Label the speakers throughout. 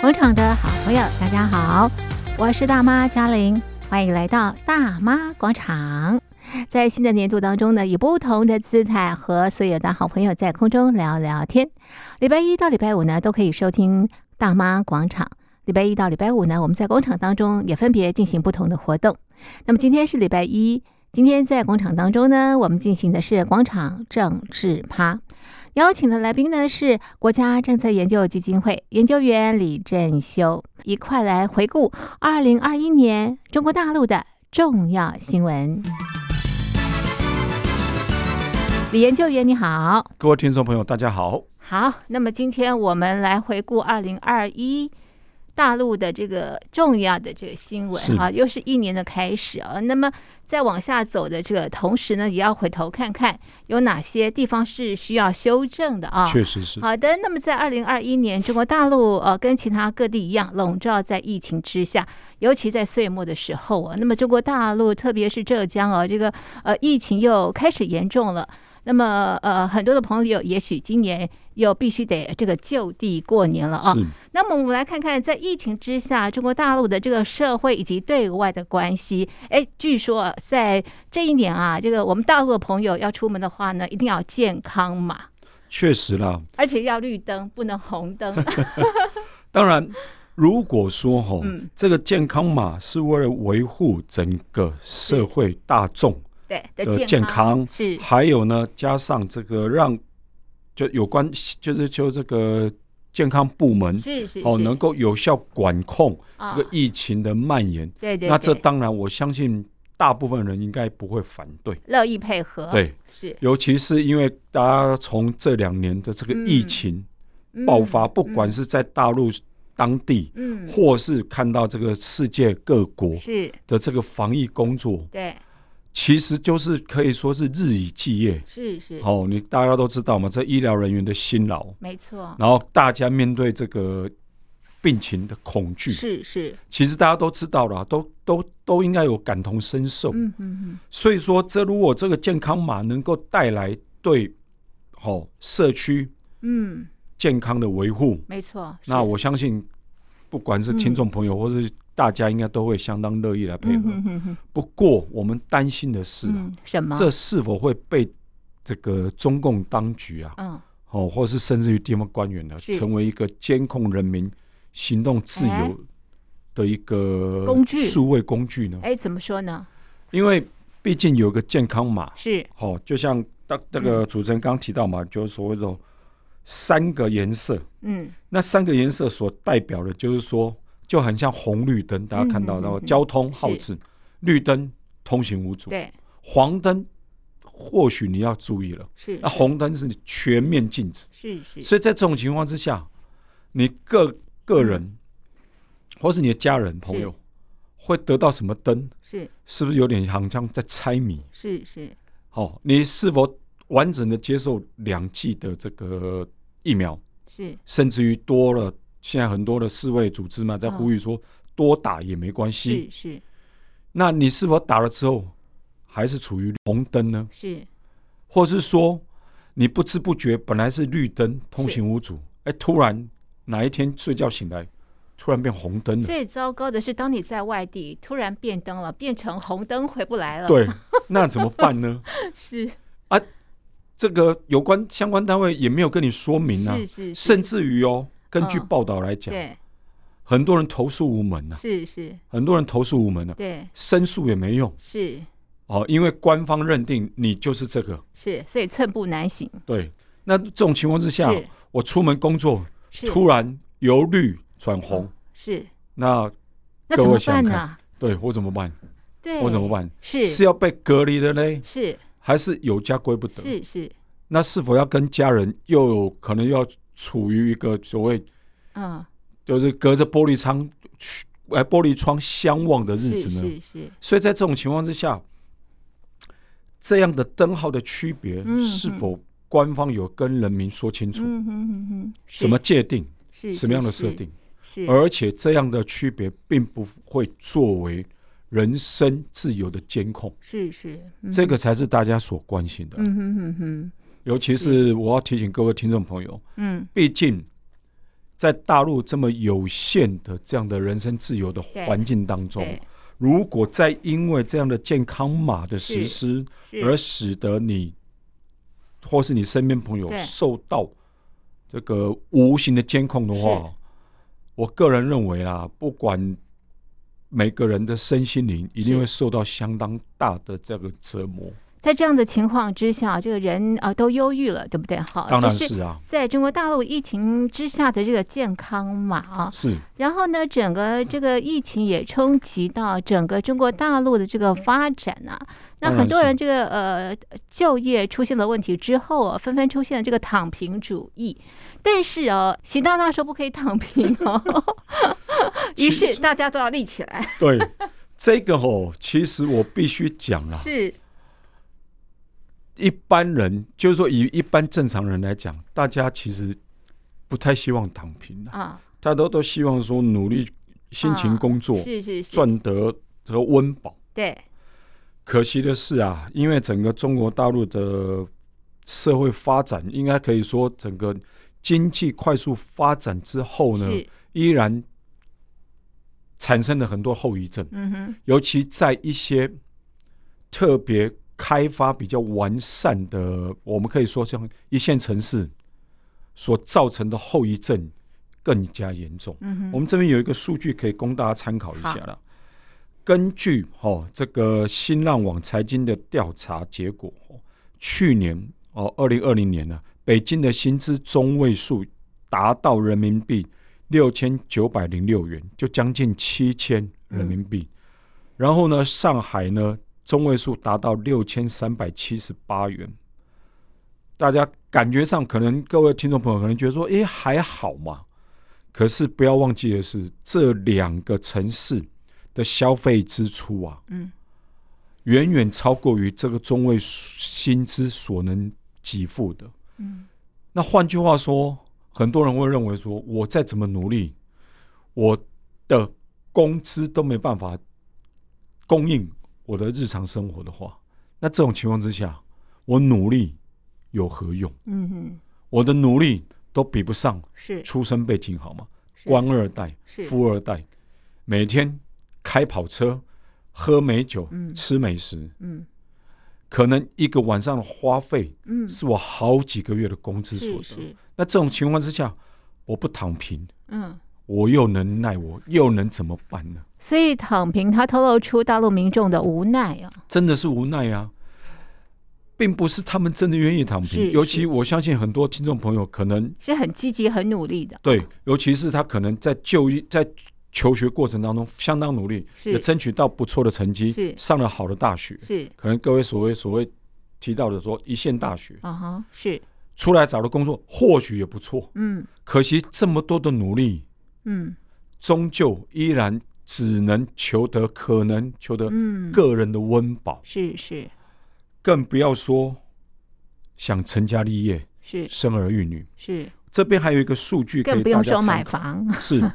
Speaker 1: 逢场的好朋友，大家好，我是大妈嘉玲，欢迎来到大妈广场。在新的年度当中呢，以不同的姿态和所有的好朋友在空中聊聊天。礼拜一到礼拜五呢，都可以收听大妈广场。礼拜一到礼拜五呢，我们在广场当中也分别进行不同的活动。那么今天是礼拜一，今天在广场当中呢，我们进行的是广场政治趴。邀请的来宾呢是国家政策研究基金会研究员李振修，一块来回顾二零二一年中国大陆的重要新闻。李研究员你好，
Speaker 2: 各位听众朋友，大家好。
Speaker 1: 好，那么今天我们来回顾二零二一大陆的这个重要的这个新闻
Speaker 2: 是
Speaker 1: 啊，又是一年的开始啊。那么再往下走的这个同时呢，也要回头看看有哪些地方是需要修正的啊。
Speaker 2: 确实是，
Speaker 1: 好的，那么在二零二一年，中国大陆呃跟其他各地一样，笼罩在疫情之下，尤其在岁末的时候啊，那么中国大陆特别是浙江啊，这个呃疫情又开始严重了。那么呃，很多的朋友也许今年又必须得这个就地过年了啊。
Speaker 2: 是
Speaker 1: 那么我们来看看，在疫情之下，中国大陆的这个社会以及对外的关系。哎，据说在这一年啊，这个我们大陆的朋友要出门的话呢，一定要健康码。
Speaker 2: 确实啦。
Speaker 1: 而且要绿灯，不能红 灯。
Speaker 2: 当然，如果说吼、
Speaker 1: 嗯
Speaker 2: 这个健康码是为了维护整个社会大众，
Speaker 1: 对
Speaker 2: 呃
Speaker 1: 的
Speaker 2: 健康
Speaker 1: 是
Speaker 2: 还有呢，加上这个让就有关就是就这个健康部门
Speaker 1: 是是
Speaker 2: 哦
Speaker 1: 是
Speaker 2: 能够有效管控
Speaker 1: 啊
Speaker 2: 这个疫情的蔓延，
Speaker 1: 对对，
Speaker 2: 那这
Speaker 1: 对
Speaker 2: 当然我相信大部分人应该不会反对，
Speaker 1: 乐意配合，
Speaker 2: 对。
Speaker 1: 是
Speaker 2: 尤其是因为大家从这两年的这个疫情爆发，不管是在大陆当地，
Speaker 1: 嗯嗯
Speaker 2: 或是看到这个世界各国
Speaker 1: 是
Speaker 2: 的这个防疫工作，
Speaker 1: 对
Speaker 2: 其实就是可以说是日以继夜。
Speaker 1: 是是
Speaker 2: 哦，你大家都知道嘛，这医疗人员的辛劳，
Speaker 1: 没错，
Speaker 2: 然后大家面对这个病情的恐惧，
Speaker 1: 是是
Speaker 2: 其实大家都知道了，都都都应该有感同身受。
Speaker 1: 嗯嗯嗯
Speaker 2: 所以说，这如果这个健康码能够带来对哦社区
Speaker 1: 嗯
Speaker 2: 健康的维护，
Speaker 1: 没错，是嗯
Speaker 2: 那我相信，不管是听众朋友、或是大家，应该都会相当乐意来配
Speaker 1: 嗯
Speaker 2: 合。
Speaker 1: 哼哼哼
Speaker 2: 不过，我们担心的是、啊，
Speaker 1: 嗯什么
Speaker 2: 这是否会被这个中共当局啊，
Speaker 1: 嗯
Speaker 2: 哦，或是甚至于地方官员呢、
Speaker 1: 是
Speaker 2: 成为一个监控人民行动自
Speaker 1: 哎
Speaker 2: 由的一个
Speaker 1: 工具
Speaker 2: 数位工具呢？
Speaker 1: 哎怎么说呢？
Speaker 2: 因为毕竟有个健康码。
Speaker 1: 是
Speaker 2: 好、就像那那
Speaker 1: 嗯
Speaker 2: 个主持人刚刚提到嘛，就是所谓的三个颜色，
Speaker 1: 嗯
Speaker 2: 那三个颜色所代表的就是说，就很像红绿灯，大家看
Speaker 1: 嗯嗯
Speaker 2: 到
Speaker 1: 嗯
Speaker 2: 然后
Speaker 1: 嗯
Speaker 2: 交通号志，绿灯通行无阻，
Speaker 1: 对
Speaker 2: 黄灯或许你要注意了，
Speaker 1: 是
Speaker 2: 那红灯是你全面禁止，
Speaker 1: 是是
Speaker 2: 啊所以在这种情况之下，你个个
Speaker 1: 嗯
Speaker 2: 人或是你的家人朋友会得到什么灯，
Speaker 1: 是
Speaker 2: 是不是有点好像在猜谜？
Speaker 1: 是是
Speaker 2: 好、你是否完整的接受两剂的这个疫苗，
Speaker 1: 是
Speaker 2: 甚至于多了？现在很多的世卫组织嘛，在呼吁说多打也没关系。
Speaker 1: 嗯是是
Speaker 2: 那你是否打了之后还是处于红灯呢？
Speaker 1: 是
Speaker 2: 或是说你不知不觉本来是绿灯，通行无阻，哎，突然哪一天睡觉醒来，突然变红灯了？
Speaker 1: 最糟糕的是，当你在外地突然变灯了，变成红灯回不来了，
Speaker 2: 对，那怎么 办呢？
Speaker 1: 是
Speaker 2: 这个有关相关单位也没有跟你说明啊
Speaker 1: 是，是
Speaker 2: 甚至于哦，根据
Speaker 1: 嗯
Speaker 2: 报道来讲，
Speaker 1: 对
Speaker 2: 很多人投诉无门呐、
Speaker 1: 是是
Speaker 2: 很多人投诉无门呐、
Speaker 1: 对
Speaker 2: 申诉也没用
Speaker 1: 是。
Speaker 2: 哦，因为官方认定你就是这个。
Speaker 1: 是，所以寸步难行。
Speaker 2: 对，那这种情况之下
Speaker 1: 嗯是，
Speaker 2: 我出门工作
Speaker 1: 是嗯
Speaker 2: 突然由绿转红，
Speaker 1: 是，
Speaker 2: 那
Speaker 1: 那
Speaker 2: 各
Speaker 1: 怎么
Speaker 2: 位想
Speaker 1: 办
Speaker 2: 想
Speaker 1: 呢？
Speaker 2: 对我怎么办？
Speaker 1: 对，
Speaker 2: 我怎么？办？
Speaker 1: 嗯是
Speaker 2: 是要被隔离的嘞，
Speaker 1: 是
Speaker 2: 还是有家归不得？
Speaker 1: 是是，
Speaker 2: 那是否要跟家人又有可能又要处于一个所谓
Speaker 1: 嗯，
Speaker 2: 就是隔着玻璃窗，哎，玻璃窗相望的日
Speaker 1: 是
Speaker 2: 子呢？
Speaker 1: 是是，
Speaker 2: 所以在这种情况之下，这样的灯号的区别
Speaker 1: 嗯
Speaker 2: 是否官方有跟人民说清楚？
Speaker 1: 嗯哼哼哼，是
Speaker 2: 怎么界定？
Speaker 1: 是
Speaker 2: 什么样的
Speaker 1: 是
Speaker 2: 设定？
Speaker 1: 是
Speaker 2: 而且这样的区别并不会作为人身自由的监控，
Speaker 1: 是是，嗯
Speaker 2: 这个才是大家所关心的。
Speaker 1: 嗯哼哼哼，
Speaker 2: 尤其是我要提醒各位听众朋友，
Speaker 1: 嗯
Speaker 2: 毕竟在大陆这么有限的这样的人身自由的环境当中，
Speaker 1: 对，
Speaker 2: 如果再因为这样的健康码的实施
Speaker 1: 是
Speaker 2: 而使得你或是你身边朋友
Speaker 1: 对
Speaker 2: 受到这个无形的监控的
Speaker 1: 是
Speaker 2: 话，我个人认为啦，不管每个人的身心灵一定
Speaker 1: 是
Speaker 2: 会受到相当大的这个折磨。
Speaker 1: 在这样的情况之下，这个人啊、呃都忧郁了，对不对？好，
Speaker 2: 当然
Speaker 1: 这
Speaker 2: 是啊，
Speaker 1: 在中国大陆疫情之下的这个健康码啊，
Speaker 2: 是
Speaker 1: 然后呢，整个这个疫情也冲击到整个中国大陆的这个发展啊。那
Speaker 2: 当然
Speaker 1: 很多
Speaker 2: 是
Speaker 1: 人这个呃就业出现了问题之后啊，纷纷出现了这个躺平主义。但是哦，习大大说不可以躺平哦，于
Speaker 2: 其
Speaker 1: 是大家都要立起来。
Speaker 2: 对这个哦，其实我必须讲啦，
Speaker 1: 是
Speaker 2: 一般人就是说以一般正常人来讲，大家其实不太希望躺平啊，
Speaker 1: 啊，
Speaker 2: 大家都都希望说努力辛勤工作，
Speaker 1: 是是是，
Speaker 2: 赚得和温饱。
Speaker 1: 对，
Speaker 2: 可惜的是啊，因为整个中国大陆的社会发展，应该可以说整个经济快速发展之后呢，
Speaker 1: 是，
Speaker 2: 依然产生了很多后遗症。
Speaker 1: 嗯哼，
Speaker 2: 尤其在一些特别开发比较完善的，我们可以说像一线城市所造成的后遗症更加严重。
Speaker 1: 嗯哼，
Speaker 2: 我们这边有一个数据可以供大家参考一下了。根据哦这个新浪网财经的调查结果，哦去年哦二零二零年呢、北京的薪资中位数达到人民币六千九百零六元，就将近七千人民币。然后呢，上海呢中位数达到六千三百七十八元。大家感觉上可能各位听众朋友可能觉得说，诶，还好嘛。可是不要忘记的是，这两个城市的消费支出啊，
Speaker 1: 嗯，
Speaker 2: 远远超过于这个中位薪资所能给付的。
Speaker 1: 嗯，
Speaker 2: 那换句话说，很多人会认为说，我再怎么努力，我的工资都没办法供应我的日常生活的话，那这种情况之下，我努力有何用？
Speaker 1: 嗯哼，
Speaker 2: 我的努力都比不上
Speaker 1: 是
Speaker 2: 出身背景好吗？
Speaker 1: 是
Speaker 2: 官二代，
Speaker 1: 是，
Speaker 2: 富二代，每天开跑车、喝美酒、
Speaker 1: 嗯
Speaker 2: 吃美食，
Speaker 1: 嗯
Speaker 2: 可能一个晚上的花费
Speaker 1: 嗯，
Speaker 2: 是我好几个月的工资所
Speaker 1: 是
Speaker 2: 得。
Speaker 1: 是，
Speaker 2: 那这种情况之下，我不躺平，
Speaker 1: 嗯。
Speaker 2: 我又能耐我，又能怎么办呢？
Speaker 1: 所以躺平，它透露出大陆民众的无奈啊。
Speaker 2: 真的是无奈啊，并不是他们真的愿意躺
Speaker 1: 是
Speaker 2: 平。尤
Speaker 1: 是
Speaker 2: 其我相信很多听众朋友可能
Speaker 1: 是很积极、很努力的。
Speaker 2: 对，尤其是他可能在就医在。求学过程当中相当努力，
Speaker 1: 是
Speaker 2: 也争取到不错的成绩
Speaker 1: 是，
Speaker 2: 上了好的大学。
Speaker 1: 是
Speaker 2: 可能各位所谓所谓提到的说一线大学
Speaker 1: 啊哈，是
Speaker 2: 出来找的工作或许也不错，
Speaker 1: 嗯
Speaker 2: 可惜这么多的努力，
Speaker 1: 嗯
Speaker 2: 终究依然只能求得可能求得
Speaker 1: 嗯，
Speaker 2: 个人的温饱，
Speaker 1: 是是
Speaker 2: 更不要说想成家立业、
Speaker 1: 是
Speaker 2: 生儿育女。
Speaker 1: 是，
Speaker 2: 这边还有一个数据可
Speaker 1: 更
Speaker 2: 以
Speaker 1: 不
Speaker 2: 大
Speaker 1: 用
Speaker 2: 家
Speaker 1: 说买
Speaker 2: 参考，
Speaker 1: 房。
Speaker 2: 是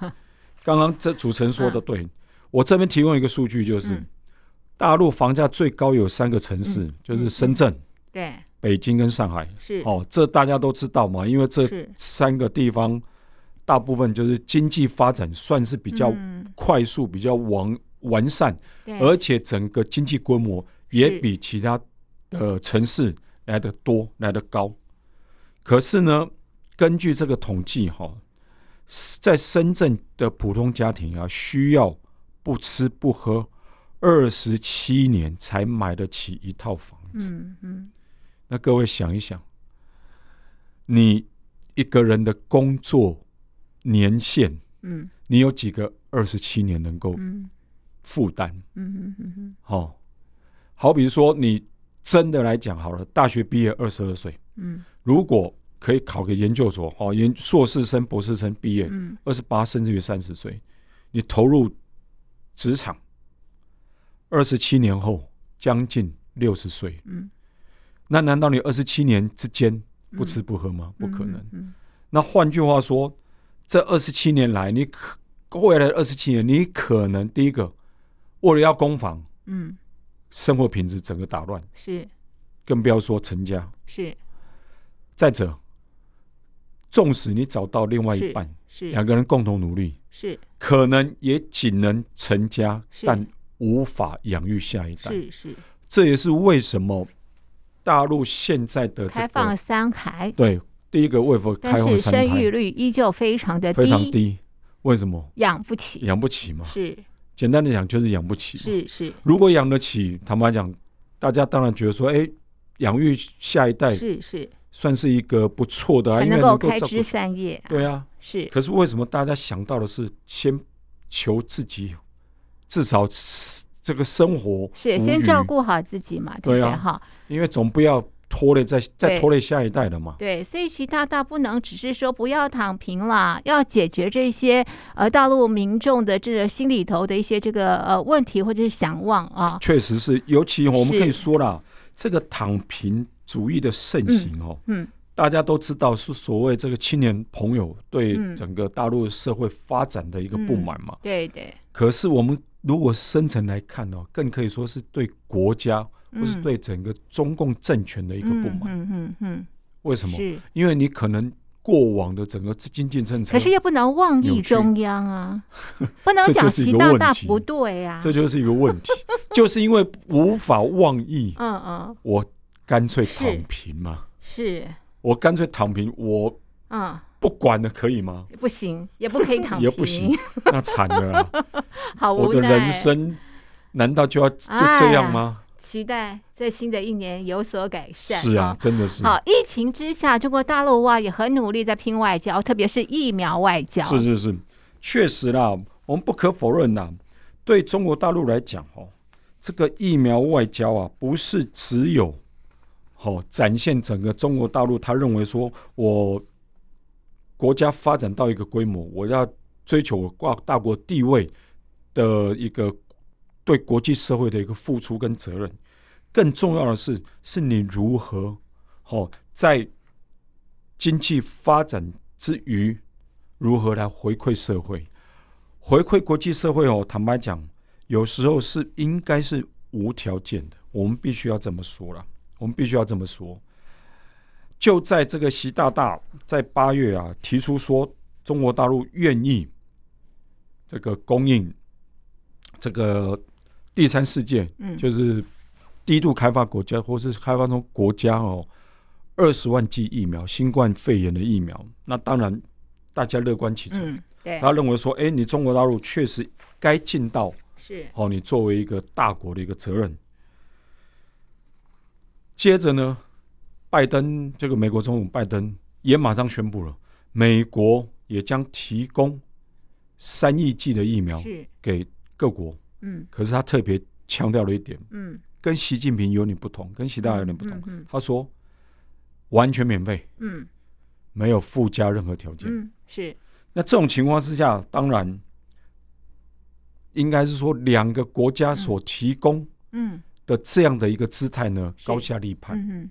Speaker 2: 刚刚这主持人说的对，我这边提供一个数据，就是、
Speaker 1: 嗯
Speaker 2: 大陆房价最高有三个城市，就是深圳、
Speaker 1: 对，
Speaker 2: 北京跟上海。
Speaker 1: 嗯是
Speaker 2: 哦，这大家都知道嘛，因为这
Speaker 1: 是
Speaker 2: 三个地方大部分就是经济发展算是比较
Speaker 1: 嗯
Speaker 2: 快速、比较完完善，
Speaker 1: 对
Speaker 2: 而且整个经济规模也
Speaker 1: 嗯是
Speaker 2: 比其他的城市来的多、来的高。可是呢，根据这个统计哈、在深圳的普通家庭啊，需要不吃不喝二十七年才买得起一套房子。
Speaker 1: 嗯嗯
Speaker 2: 那各位想一想，你一个人的工作年限，
Speaker 1: 嗯
Speaker 2: 你有几个二十七年能够
Speaker 1: 嗯
Speaker 2: 负担？
Speaker 1: 嗯嗯嗯嗯
Speaker 2: 哦，好比说你真的来讲好了，大学毕业二十二岁，
Speaker 1: 嗯
Speaker 2: 如果可以考个研究所，哦，研硕士生、博士生毕业，
Speaker 1: 嗯
Speaker 2: 二十八甚至于三十岁，你投入职场，二十七年后将近六十岁，
Speaker 1: 嗯，
Speaker 2: 那难道你二十七年之间不吃不喝吗？不可能。
Speaker 1: 嗯
Speaker 2: 那换句话说，这二十七年来，你可未来的二十七年，你可能第一个为了要攻防，
Speaker 1: 嗯，
Speaker 2: 生活品质整个打乱，
Speaker 1: 是
Speaker 2: 更不要说成家。
Speaker 1: 是
Speaker 2: 再者，纵使你找到另外一半，
Speaker 1: 是
Speaker 2: 两个人共同努力，
Speaker 1: 是
Speaker 2: 可能也仅能成家，
Speaker 1: 是
Speaker 2: 但无法养育下一代。
Speaker 1: 是是，
Speaker 2: 这也是为什么大陆现在的、这个、
Speaker 1: 开放三孩，
Speaker 2: 对第一个为何
Speaker 1: 但
Speaker 2: 开放
Speaker 1: 是
Speaker 2: 三胎
Speaker 1: 生育率依旧非常的
Speaker 2: 非常
Speaker 1: 低，
Speaker 2: 低？为什么
Speaker 1: 养不起。
Speaker 2: 养不起嘛？
Speaker 1: 是
Speaker 2: 简单的讲就是养不起嘛。
Speaker 1: 是是
Speaker 2: 如果养得起，坦白讲，大家当然觉得说，哎，养育下一代
Speaker 1: 是是，
Speaker 2: 算是一个不错的啊，
Speaker 1: 才
Speaker 2: 因为
Speaker 1: 能
Speaker 2: 能
Speaker 1: 够
Speaker 2: 够
Speaker 1: 开
Speaker 2: 照
Speaker 1: 枝
Speaker 2: 顾。
Speaker 1: 散叶。
Speaker 2: 对啊，
Speaker 1: 是
Speaker 2: 可是为什么大家想到的是先求自己，至少是这个生活
Speaker 1: 是，
Speaker 2: 无
Speaker 1: 先
Speaker 2: 虞
Speaker 1: 照，顾好自己嘛，对不
Speaker 2: 对
Speaker 1: 对？
Speaker 2: 啊
Speaker 1: 哈，
Speaker 2: 因为总不要拖累再再
Speaker 1: 对
Speaker 2: 拖累下一代了嘛。
Speaker 1: 对，所以习大大不能只是说不要躺平啦，要解决这些呃大陆民众的这个心里头的一些这个呃问题或者是想望啊。
Speaker 2: 确实是，尤其我们
Speaker 1: 是
Speaker 2: 可以说啦，这个躺平主义的盛行哦，
Speaker 1: 嗯嗯
Speaker 2: 大家都知道是所谓这个青年朋友对
Speaker 1: 嗯
Speaker 2: 整个大陆社会发展的一个不满嘛。
Speaker 1: 对对，
Speaker 2: 可是我们如果深层来看哦，更可以说是对国家
Speaker 1: 嗯
Speaker 2: 或是对整个中共政权的一
Speaker 1: 一
Speaker 2: 个不满。
Speaker 1: 嗯嗯嗯
Speaker 2: 为什
Speaker 1: 嗯，
Speaker 2: 么？
Speaker 1: 是。
Speaker 2: 因为你可能过往的整个经济政策，
Speaker 1: 可是又不能妄
Speaker 2: 扭
Speaker 1: 议
Speaker 2: 曲
Speaker 1: 中央 啊，不能
Speaker 2: 这
Speaker 1: 讲
Speaker 2: 就是一
Speaker 1: 习
Speaker 2: 个
Speaker 1: 大
Speaker 2: 问
Speaker 1: 大
Speaker 2: 题
Speaker 1: 不对啊。
Speaker 2: 这就是一个问 题，就是因为无法妄议，
Speaker 1: 嗯嗯，
Speaker 2: 我干脆
Speaker 1: 是
Speaker 2: 躺平嘛。
Speaker 1: 是，
Speaker 2: 我干脆躺平，我
Speaker 1: 嗯，
Speaker 2: 不管了，可以吗？
Speaker 1: 不行，也不可 以躺
Speaker 2: 也不行
Speaker 1: 平，
Speaker 2: 那惨了啦，
Speaker 1: 好 无
Speaker 2: 我的
Speaker 1: 奈。
Speaker 2: 人生难道就要就这样吗？
Speaker 1: 期待在新的一年有所改善。
Speaker 2: 是
Speaker 1: 哦
Speaker 2: 啊，真的是，
Speaker 1: 好，疫情之下，中国大陆啊哇也很努力在拼外交，特别是疫苗外交。
Speaker 2: 是是是，确实啦，我们不可否认啦，对中国大陆来讲哦，这个疫苗外交啊，不是只有哦展现整个中国大陆，他认为说我国家发展到一个规模，我要追求我大大国地位的一个对国际社会的一个付出跟责任。更重要的是，是你如何哦，在经济发展之余，如何来回馈社会，回馈国际社会哦。坦白讲，有时候是应该是无条件的，我们必须要这么说了，我们必须要这么说。就在这个习大大在八月啊提出说，中国大陆愿意这个供应这个第三世界
Speaker 1: 嗯，
Speaker 2: 就是低度开发国家或是开发中国家哦，二十万剂疫苗，新冠肺炎的疫苗，那当然大家乐观其成。
Speaker 1: 嗯，对，
Speaker 2: 他认为说，哎、你中国大陆确实该尽到
Speaker 1: 是
Speaker 2: 哦，你作为一个大国的一个责任。接着呢，拜登这个美国总统拜登也马上宣布了，美国也将提供三亿剂的疫苗
Speaker 1: 是，
Speaker 2: 给各国。
Speaker 1: 嗯
Speaker 2: 可是他特别强调了一点，
Speaker 1: 嗯，
Speaker 2: 跟习近平有点不同，跟习大大有点不同。
Speaker 1: 嗯
Speaker 2: 他说完全免费，
Speaker 1: 嗯
Speaker 2: 没有附加任何条件。
Speaker 1: 嗯，是
Speaker 2: 那这种情况之下，当然应该是说两个国家所提供
Speaker 1: 嗯
Speaker 2: 的这样的一个姿态呢，
Speaker 1: 是
Speaker 2: 高下立判。
Speaker 1: 嗯嗯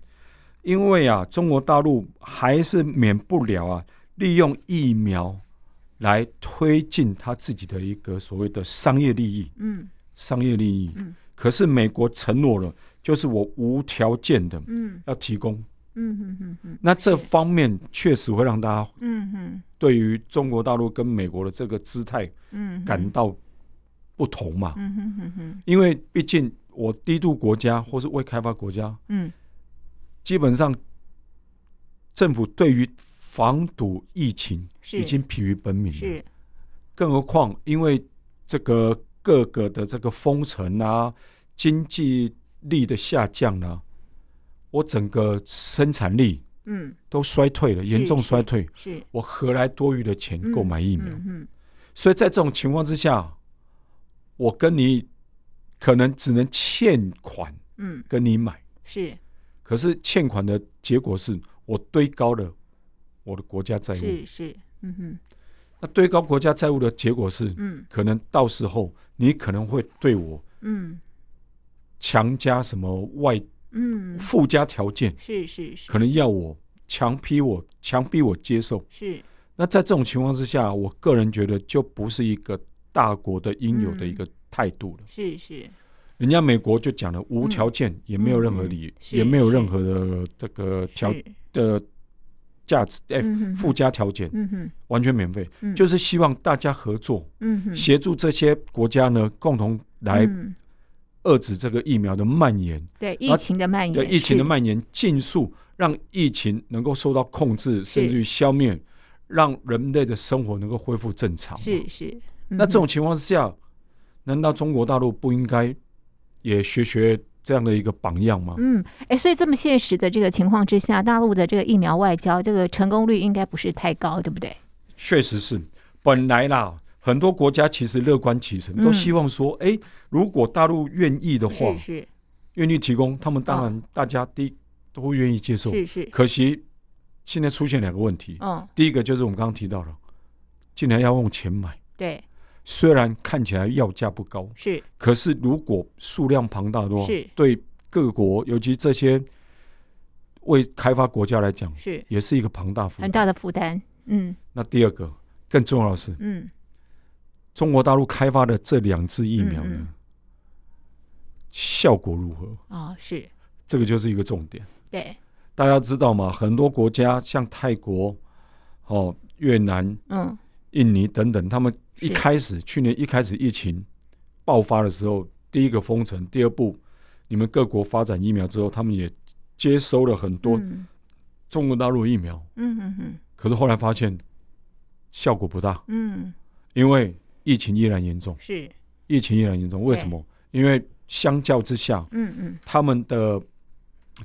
Speaker 2: 因为啊，中国大陆还是免不了啊，利用疫苗来推进他自己的一个所谓的商业利益。
Speaker 1: 嗯
Speaker 2: 商业利益，
Speaker 1: 嗯
Speaker 2: 可是美国承诺了，就是我无条件的
Speaker 1: 嗯
Speaker 2: 要提供。
Speaker 1: 嗯嗯嗯
Speaker 2: 那这
Speaker 1: 是
Speaker 2: 方面确实会让大家
Speaker 1: 嗯
Speaker 2: 对于中国大陆跟美国的这个姿态
Speaker 1: 嗯，
Speaker 2: 感到不同嘛？
Speaker 1: 嗯嗯嗯嗯
Speaker 2: 因为毕竟我低度国家或是未开发国家，
Speaker 1: 嗯，
Speaker 2: 基本上政府对于防堵疫情
Speaker 1: 是
Speaker 2: 已经疲于奔命了。
Speaker 1: 是
Speaker 2: 更何况因为这个各个的这个封城啊，经济力的下降啊，我整个生产力
Speaker 1: 嗯
Speaker 2: 都衰退了，严重
Speaker 1: 是
Speaker 2: 衰退。
Speaker 1: 是
Speaker 2: 我何来多余的钱购买疫苗？
Speaker 1: 嗯
Speaker 2: 所以在这种情况之下，我跟你可能只能欠款
Speaker 1: 嗯
Speaker 2: 跟你买，
Speaker 1: 是
Speaker 2: 可是欠款的结果是我堆高了我的国家债务。
Speaker 1: 是是嗯嗯
Speaker 2: 那堆高国家债务的结果是，
Speaker 1: 嗯
Speaker 2: 可能到时候你可能会对我
Speaker 1: 嗯
Speaker 2: 强加什么外
Speaker 1: 嗯
Speaker 2: 附加条件，
Speaker 1: 是是是
Speaker 2: 可能要我强逼我强逼我接受。
Speaker 1: 是
Speaker 2: 那在这种情况之下，我个人觉得就不是一个大国的应有的一个态度了。
Speaker 1: 是是
Speaker 2: 人家美国就讲了
Speaker 1: 嗯
Speaker 2: 无条件，也没有任何理，
Speaker 1: 嗯是
Speaker 2: 也没有任何的这个条
Speaker 1: 是
Speaker 2: 的价值哎
Speaker 1: 嗯哼
Speaker 2: 附加条件，
Speaker 1: 嗯哼，
Speaker 2: 完全免费
Speaker 1: 嗯，
Speaker 2: 就是希望大家合作，
Speaker 1: 嗯哼，
Speaker 2: 协助这些国家呢共同来
Speaker 1: 嗯
Speaker 2: 遏止这个疫苗的蔓延，
Speaker 1: 对
Speaker 2: 然
Speaker 1: 疫
Speaker 2: 后
Speaker 1: 情的蔓延，
Speaker 2: 对疫情
Speaker 1: 嗯
Speaker 2: 的
Speaker 1: 是
Speaker 2: 蔓延，尽速让疫情能够受到控制，
Speaker 1: 是
Speaker 2: 甚至于消灭，让人类的生活能够恢复正常。
Speaker 1: 是是，
Speaker 2: 那
Speaker 1: 嗯
Speaker 2: 这种情况之下，难道中国大陆不应该也学学这样的一个榜样吗？
Speaker 1: 嗯，哎，所以这么现实的这个情况之下，大陆的这个疫苗外交，这个成功率应该不是太高，对不对？
Speaker 2: 确实是，本来啦，很多国家其实乐观其成，
Speaker 1: 嗯
Speaker 2: 都希望说，哎、如果大陆愿意的话，
Speaker 1: 是是
Speaker 2: 愿意提供，他们当然大家第一都会愿意接受。
Speaker 1: 是是，
Speaker 2: 可惜现在出现两个问题，
Speaker 1: 嗯，
Speaker 2: 第一个就是我们刚刚提到的，竟然要用钱买，
Speaker 1: 对，
Speaker 2: 虽然看起来要价不高，
Speaker 1: 是
Speaker 2: 可是如果数量庞大的话
Speaker 1: 是，
Speaker 2: 对各国，尤其这些未开发国家来讲，
Speaker 1: 是
Speaker 2: 也是一个庞大负
Speaker 1: 很
Speaker 2: 担。
Speaker 1: 大的负担，嗯
Speaker 2: 那第二个更重要的是，
Speaker 1: 嗯，
Speaker 2: 中国大陆开发的这两支疫苗呢，
Speaker 1: 嗯嗯
Speaker 2: 效果如何？
Speaker 1: 哦，是
Speaker 2: 这个就是一个重点。
Speaker 1: 对，
Speaker 2: 大家知道吗？很多国家像泰国、哦越南、
Speaker 1: 嗯
Speaker 2: 印尼等等，他们一
Speaker 1: 是
Speaker 2: 开始去年一开始疫情爆发的时候，第一个封城，第二步，你们各国发展疫苗之后，他们也接收了很多
Speaker 1: 嗯
Speaker 2: 中国大陆疫苗，
Speaker 1: 嗯嗯嗯
Speaker 2: 可是后来发现效果不大，
Speaker 1: 嗯，
Speaker 2: 因为疫情依然严重，
Speaker 1: 是，
Speaker 2: 疫情依然严重。为什么？因为相较之下，
Speaker 1: 嗯嗯
Speaker 2: 他们的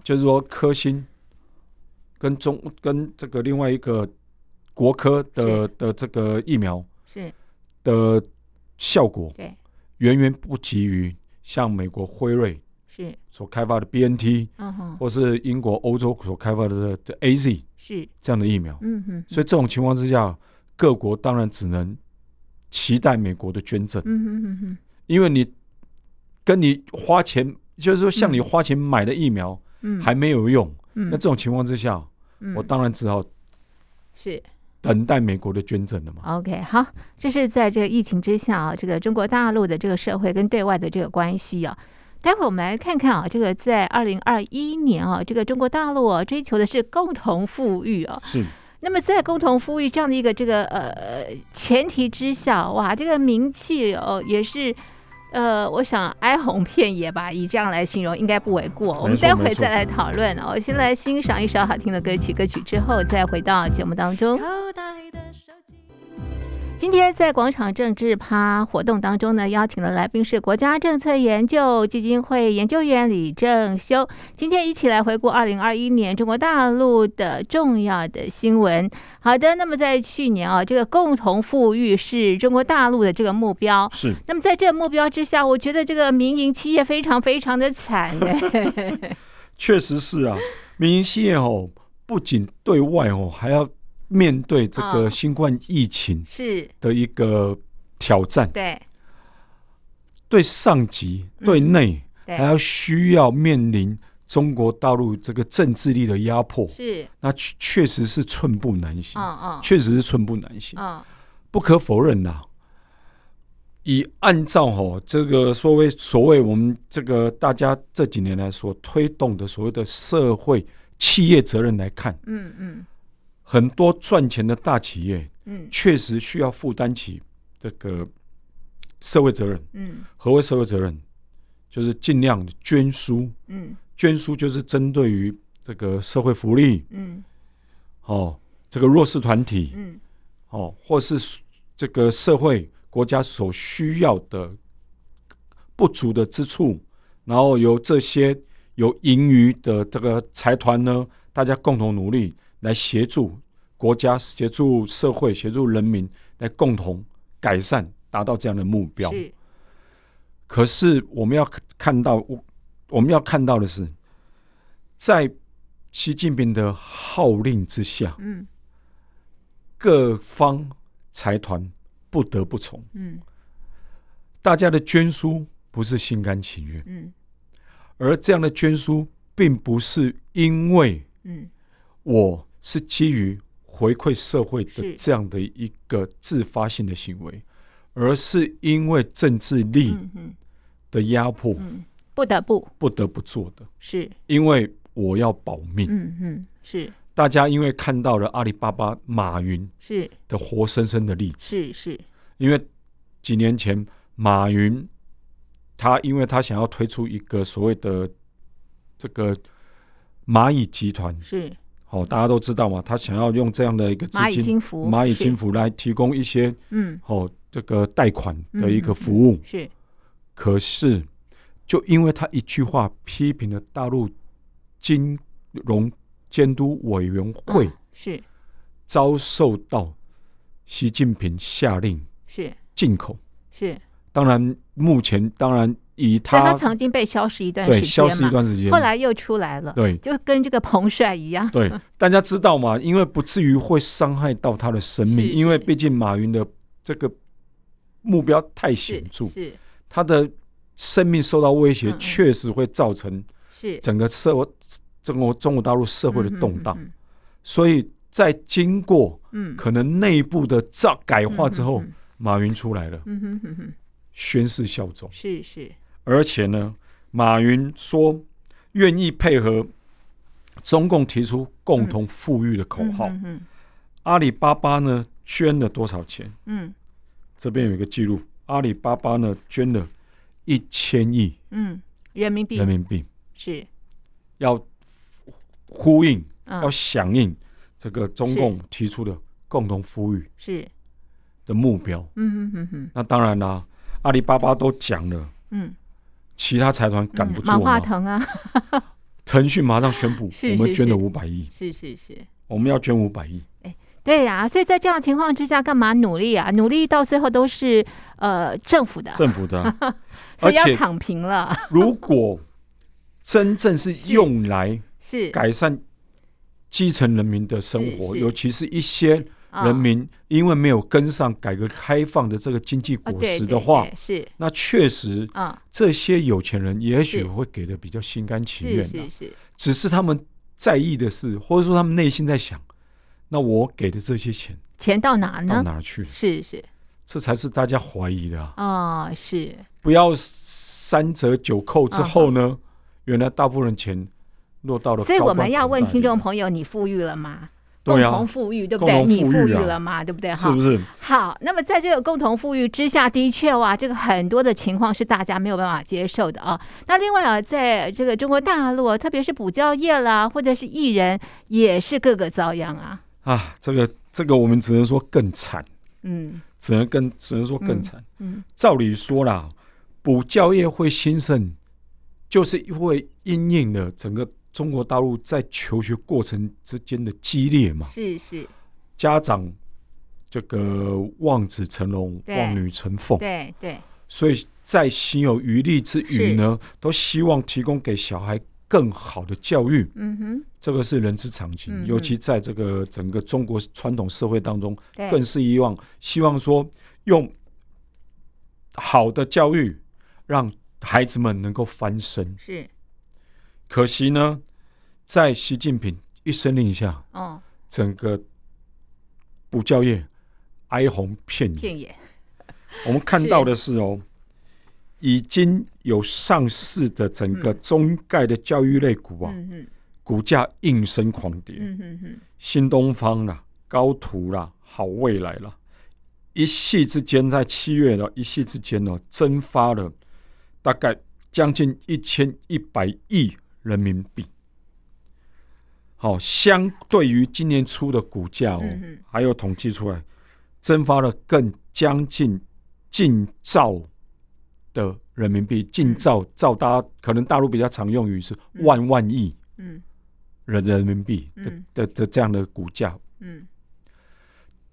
Speaker 2: 就是说科兴跟中跟这个另外一个国科的的这个疫苗
Speaker 1: 是，
Speaker 2: 的效果
Speaker 1: 对
Speaker 2: 远远不及于像美国辉瑞
Speaker 1: 是，
Speaker 2: 所开发的 BNT，
Speaker 1: 嗯哼
Speaker 2: 或是英国、欧洲所开发的的 AZ
Speaker 1: 是，
Speaker 2: 这样的疫苗。
Speaker 1: 嗯嗯，
Speaker 2: 所以这种情况之下，各国当然只能期待美国的捐赠，
Speaker 1: 嗯嗯嗯嗯
Speaker 2: 因为你跟你花钱，就是说像你花钱买的疫苗
Speaker 1: 嗯，
Speaker 2: 还没有用，
Speaker 1: 嗯
Speaker 2: 那这种情况之下，
Speaker 1: 嗯
Speaker 2: 我当然只好
Speaker 1: 是。
Speaker 2: 等待美国的捐赠了嘛。
Speaker 1: OK，好，这是在这个疫情之下啊，这个中国大陆的这个社会跟对外的这个关系啊。待会儿我们来看看啊，这个在二零二一年啊，这个中国大陆啊追求的是共同富裕啊。
Speaker 2: 是
Speaker 1: 那么在共同富裕这样的一个这个呃呃前提之下，哇，这个名气哦也是。呃，我想哀鸿遍野吧，以这样来形容应该不为过。我们待会
Speaker 2: 没
Speaker 1: 儿
Speaker 2: 错
Speaker 1: 再来讨论哦。先来欣赏一首好听的歌曲，歌曲之后再回到节目当中。
Speaker 3: 口袋的手机。
Speaker 1: 今天在广场政治趴活动当中呢，邀请的来宾是国家政策研究基金会研究员李正修。今天一起来回顾二零二一年中国大陆的重要的新闻。好的，那么在去年啊，这个共同富裕是中国大陆的这个目标。
Speaker 2: 是，
Speaker 1: 那么在这个目标之下，我觉得这个民营企业非常非常的惨哎。
Speaker 2: 确实是啊。民营企业哦，不仅对外哦，还要面对这
Speaker 1: 啊
Speaker 2: 个新冠疫情
Speaker 1: 是，
Speaker 2: 的一个挑战，
Speaker 1: 对
Speaker 2: 对上级、
Speaker 1: 嗯
Speaker 2: 对内
Speaker 1: 对
Speaker 2: 还要需要面临中国大陆这个政治力的压迫，
Speaker 1: 是，
Speaker 2: 那确确实是寸步难行，
Speaker 1: 嗯嗯
Speaker 2: 确实是寸步难行。
Speaker 1: 嗯，
Speaker 2: 不可否认呐、以按照吼、这个所谓所谓我们这个大家这几年来所推动的所谓的社会企业责任来看，
Speaker 1: 嗯嗯
Speaker 2: 很多赚钱的大企业
Speaker 1: 嗯
Speaker 2: 确实需要负担起这个社会责任。
Speaker 1: 嗯
Speaker 2: 何谓社会责任？就是尽量捐书，
Speaker 1: 嗯
Speaker 2: 捐书就是针对于这个社会福利
Speaker 1: 嗯
Speaker 2: 哦，这个弱势团体，
Speaker 1: 嗯，
Speaker 2: 哦，或是这个社会国家所需要的不足的之处，然后由这些有盈余的这个财团呢，大家共同努力来协助国家、协助社会、协助人民来共同改善，达到这样的目标。
Speaker 1: 是，
Speaker 2: 可是我们要看到，我我们要看到的是，在习近平的号令之下，
Speaker 1: 嗯
Speaker 2: 各方财团不得不从，
Speaker 1: 嗯
Speaker 2: 大家的捐书不是心甘情愿，
Speaker 1: 嗯。
Speaker 2: 而这样的捐书并不是因为
Speaker 1: 嗯
Speaker 2: 我是基于回馈社会的
Speaker 1: 是
Speaker 2: 这样的一个自发性的行为，而是因为政治力
Speaker 1: 嗯嗯，
Speaker 2: 的压迫
Speaker 1: 不得不
Speaker 2: 不得不做的，
Speaker 1: 是，
Speaker 2: 因为我要保命。
Speaker 1: 嗯嗯是，
Speaker 2: 大家因为看到了阿里巴巴马云
Speaker 1: 是
Speaker 2: 的活生生的例子，
Speaker 1: 是是，
Speaker 2: 因为几年前马云他因为他想要推出一个所谓的这个蚂蚁集团，
Speaker 1: 是
Speaker 2: 哦，大家都知道嘛，他想要用这样的一个资
Speaker 1: 蚂蚁
Speaker 2: 金
Speaker 1: 金服，
Speaker 2: 蚂蚁
Speaker 1: 是
Speaker 2: 金，服来提供一些
Speaker 1: 嗯，
Speaker 2: 哦这个贷款的一个服务，
Speaker 1: 是
Speaker 2: 可是就因为他一句话批评了大陆金融监督委员会。
Speaker 1: 嗯是
Speaker 2: 遭受到习近平下令
Speaker 1: 是
Speaker 2: 进口。
Speaker 1: 是，
Speaker 2: 当然，目前当然以
Speaker 1: 所以
Speaker 2: 他
Speaker 1: 他曾经被消失一段时
Speaker 2: 对
Speaker 1: 间
Speaker 2: 消失一
Speaker 1: 嘛，
Speaker 2: 段时间，
Speaker 1: 后来又出来了，
Speaker 2: 对
Speaker 1: 就跟这个彭帅一样，
Speaker 2: 对大家知道嘛，因为不至于会伤害到他的生命，
Speaker 1: 是
Speaker 2: 因为
Speaker 1: 是
Speaker 2: 毕竟马云的这个目标太 显
Speaker 1: 是
Speaker 2: 著，
Speaker 1: 是
Speaker 2: 他的生命受到威胁
Speaker 1: 嗯，嗯
Speaker 2: 确实会造成
Speaker 1: 是
Speaker 2: 整个社会、整个中国大陆社会的动荡。
Speaker 1: 嗯嗯
Speaker 2: 所以在经过
Speaker 1: 嗯，
Speaker 2: 可能内部的造改化之后，
Speaker 1: 嗯嗯
Speaker 2: 马云出来了，
Speaker 1: 嗯哼哼哼，
Speaker 2: 宣誓效忠。
Speaker 1: 是是
Speaker 2: 而且呢，马云说愿意配合中共提出共同富裕的口号。
Speaker 1: 嗯哼
Speaker 2: 阿里巴巴呢捐了多少钱？
Speaker 1: 嗯
Speaker 2: 这边有一个记录，阿里巴巴呢捐了一千亿
Speaker 1: 嗯，人民币
Speaker 2: 人民币，
Speaker 1: 是
Speaker 2: 要呼应、要
Speaker 1: 嗯
Speaker 2: 响应这个中共提出的共同富裕
Speaker 1: 是
Speaker 2: 的目标。
Speaker 1: 嗯哼哼哼
Speaker 2: 那当然啦、阿里巴巴都讲了，
Speaker 1: 嗯，
Speaker 2: 其他财团赶不住
Speaker 1: 马
Speaker 2: 嘛
Speaker 1: 化。腾啊，
Speaker 2: 腾讯马上宣布，
Speaker 1: 是
Speaker 2: 我们
Speaker 1: 是
Speaker 2: 捐了
Speaker 1: 是
Speaker 2: 五百亿，
Speaker 1: 是是是。
Speaker 2: 我们要捐五百亿。
Speaker 1: 对呀、所以在这样的情况之下，干嘛努力啊？努力到最后都是呃政府的，
Speaker 2: 政府的啊、
Speaker 1: 所
Speaker 2: 而
Speaker 1: 以要
Speaker 2: 且
Speaker 1: 躺平了。
Speaker 2: 如果真正是用来
Speaker 1: 是
Speaker 2: 改善基层人民的生活，
Speaker 1: 是是
Speaker 2: 尤其是一些
Speaker 1: 啊
Speaker 2: 人民因为没有跟上改革开放的这个经济
Speaker 1: 啊
Speaker 2: 果
Speaker 1: 对
Speaker 2: 实
Speaker 1: 对
Speaker 2: 的话，
Speaker 1: 对是
Speaker 2: 那确实
Speaker 1: 啊，
Speaker 2: 这些有钱人也许
Speaker 1: 是
Speaker 2: 会给的比较心甘情
Speaker 1: 是
Speaker 2: 愿
Speaker 1: 是
Speaker 2: 的、
Speaker 1: 是
Speaker 2: 只是他们在意的是，或者说他们内心在想，那我给的这些钱
Speaker 1: 钱到哪
Speaker 2: 到
Speaker 1: 呢？
Speaker 2: 哪儿去了？
Speaker 1: 是是
Speaker 2: 这才是大家怀疑的、啊。
Speaker 1: 啊、是
Speaker 2: 不要三折九扣之后呢，原来大部分钱落到了。
Speaker 1: 嗯所以我们要问听众，朋友，你富裕了吗？共
Speaker 2: 对啊
Speaker 1: 同富裕，对不
Speaker 2: 共
Speaker 1: 对？
Speaker 2: 同
Speaker 1: 你
Speaker 2: 富
Speaker 1: 富
Speaker 2: 裕
Speaker 1: 裕
Speaker 2: 啊
Speaker 1: 了吗？对不对？
Speaker 2: 是
Speaker 1: 哈
Speaker 2: 不，是？
Speaker 1: 好。那么在这个共同富裕之下，的确哇，这个很多的情况是大家没有办法接受的啊。那另外啊，在这个中国大陆啊，特别是补教业啦，或者是艺人，也是各个遭殃啊。
Speaker 2: 啊，这个这个，我们只能说更惨，
Speaker 1: 嗯
Speaker 2: 只能更只能说更惨。
Speaker 1: 嗯，
Speaker 2: 照理说啦，补教业会兴盛，就是会因应了整个中国大陆在求学过程之间的激烈嘛，
Speaker 1: 是是，
Speaker 2: 家长。这个望子成龙，
Speaker 1: 对
Speaker 2: 望女成凤，
Speaker 1: 对对，
Speaker 2: 所以在心有余力之余呢，都希望提供给小孩更好的教育，
Speaker 1: 嗯哼，
Speaker 2: 这个是人之常情。
Speaker 1: 嗯嗯
Speaker 2: 尤其在这个整个中国传统社会当中，
Speaker 1: 对，
Speaker 2: 更是希望希望说用好的教育让孩子们能够翻身。
Speaker 1: 是
Speaker 2: 可惜呢，在习近平一声令下，
Speaker 1: 哦，
Speaker 2: 整个补教业哀鸿遍野。
Speaker 1: 片野
Speaker 2: 我们看到的是哦，已经有上市的整个中概的教育类股啊，
Speaker 1: 嗯嗯
Speaker 2: 股价应声狂跌，
Speaker 1: 嗯嗯嗯，
Speaker 2: 新东方啦、高途啦、好未来啦，一夕之间在七月的一夕之间呢，蒸发了大概将近一千一百亿人民币。好、相对于今年初的股价哦，
Speaker 1: 嗯嗯
Speaker 2: 还有统计出来，蒸发了更将近近兆的人民币，近兆兆大家可能大陆比较常用语是
Speaker 1: 嗯
Speaker 2: 万万亿
Speaker 1: 嗯
Speaker 2: 人人民币的、
Speaker 1: 嗯
Speaker 2: 的的这样的股价，
Speaker 1: 嗯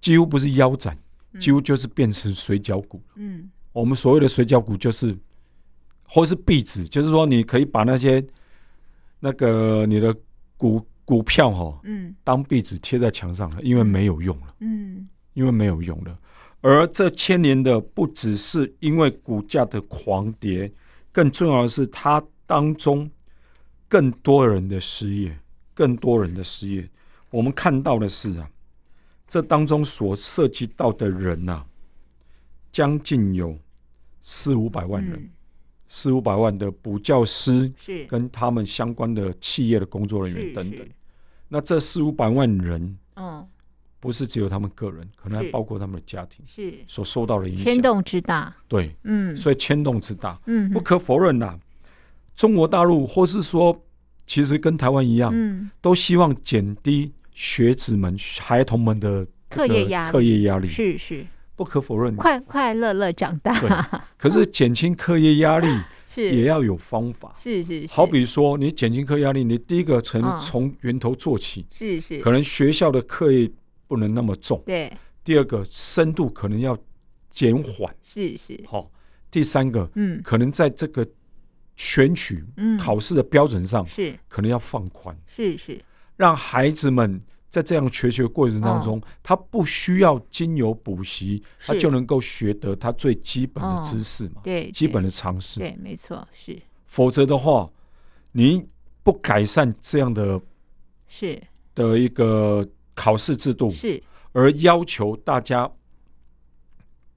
Speaker 2: 几乎不是腰斩，
Speaker 1: 嗯
Speaker 2: 几乎就是变成水饺股。
Speaker 1: 嗯，
Speaker 2: 我们所谓的水饺股就是，或是币值，就是说你可以把那些那个你的股股票哈、哦、
Speaker 1: 嗯
Speaker 2: 当壁纸贴在墙上了，因为没有用了。
Speaker 1: 嗯
Speaker 2: 因为没有用了。而这牵连的不只是因为股价的狂跌，更重要的是它当中更多人的失业，更多人的失业。我们看到的是啊，这当中所涉及到的人呐、啊，将近有四五百万人，
Speaker 1: 嗯
Speaker 2: 四五百万的补教师
Speaker 1: 是
Speaker 2: 跟他们相关的企业的工作人
Speaker 1: 是
Speaker 2: 员等等
Speaker 1: 是，
Speaker 2: 那这四五百万人，
Speaker 1: 嗯，
Speaker 2: 不是只有他们个人，可能还
Speaker 1: 是
Speaker 2: 包括他们的家庭
Speaker 1: 是
Speaker 2: 所受到的影
Speaker 1: 牵
Speaker 2: 响。
Speaker 1: 动之大，
Speaker 2: 对，
Speaker 1: 嗯
Speaker 2: 所以牵动之大，
Speaker 1: 嗯
Speaker 2: 不可否认呐、中国大陆或是说，其实跟台湾一样，
Speaker 1: 嗯，
Speaker 2: 都希望减低学子们、孩童们的这
Speaker 1: 课
Speaker 2: 个
Speaker 1: 业压力
Speaker 2: 课业压力
Speaker 1: 是是，
Speaker 2: 不可否认。啊
Speaker 1: 快快乐乐长
Speaker 2: 对
Speaker 1: 大，
Speaker 2: 可是减轻课业压力也
Speaker 1: 是
Speaker 2: 要有方法。
Speaker 1: 是是，
Speaker 2: 好比说，你减轻课业压力，你第一个从
Speaker 1: 嗯
Speaker 2: 从源头做起，
Speaker 1: 是是
Speaker 2: 可，能学校的课业不能那么重；
Speaker 1: 对，
Speaker 2: 第二个，深度可能要减缓；
Speaker 1: 是是，
Speaker 2: 好、第三个，
Speaker 1: 嗯
Speaker 2: 可能在这个选取
Speaker 1: 嗯，
Speaker 2: 考试的标准上，
Speaker 1: 是
Speaker 2: 可能要放宽，
Speaker 1: 是是，
Speaker 2: 让孩子们在这样学习的过程当中，他不需要经由补习，
Speaker 1: 哦
Speaker 2: 他
Speaker 1: 是哦
Speaker 2: 就能够学得他最基本的知识嘛，
Speaker 1: 对，
Speaker 2: 基
Speaker 1: 对
Speaker 2: 本的常识。
Speaker 1: 对，没错，是
Speaker 2: 否则的话，你不改善这样的
Speaker 1: 是
Speaker 2: 的一个考试制度，
Speaker 1: 是，
Speaker 2: 而要求大家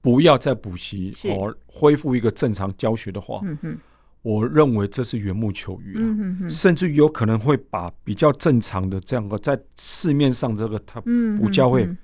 Speaker 2: 不要再补习
Speaker 1: 是
Speaker 2: 哦，恢复一个正常教学的话，
Speaker 1: 嗯哼，
Speaker 2: 我认为这是缘木求鱼啊了、
Speaker 1: 嗯哼哼，
Speaker 2: 甚至有可能会把比较正常的这样的在市面上这个它
Speaker 1: 嗯，
Speaker 2: 补教会
Speaker 1: 嗯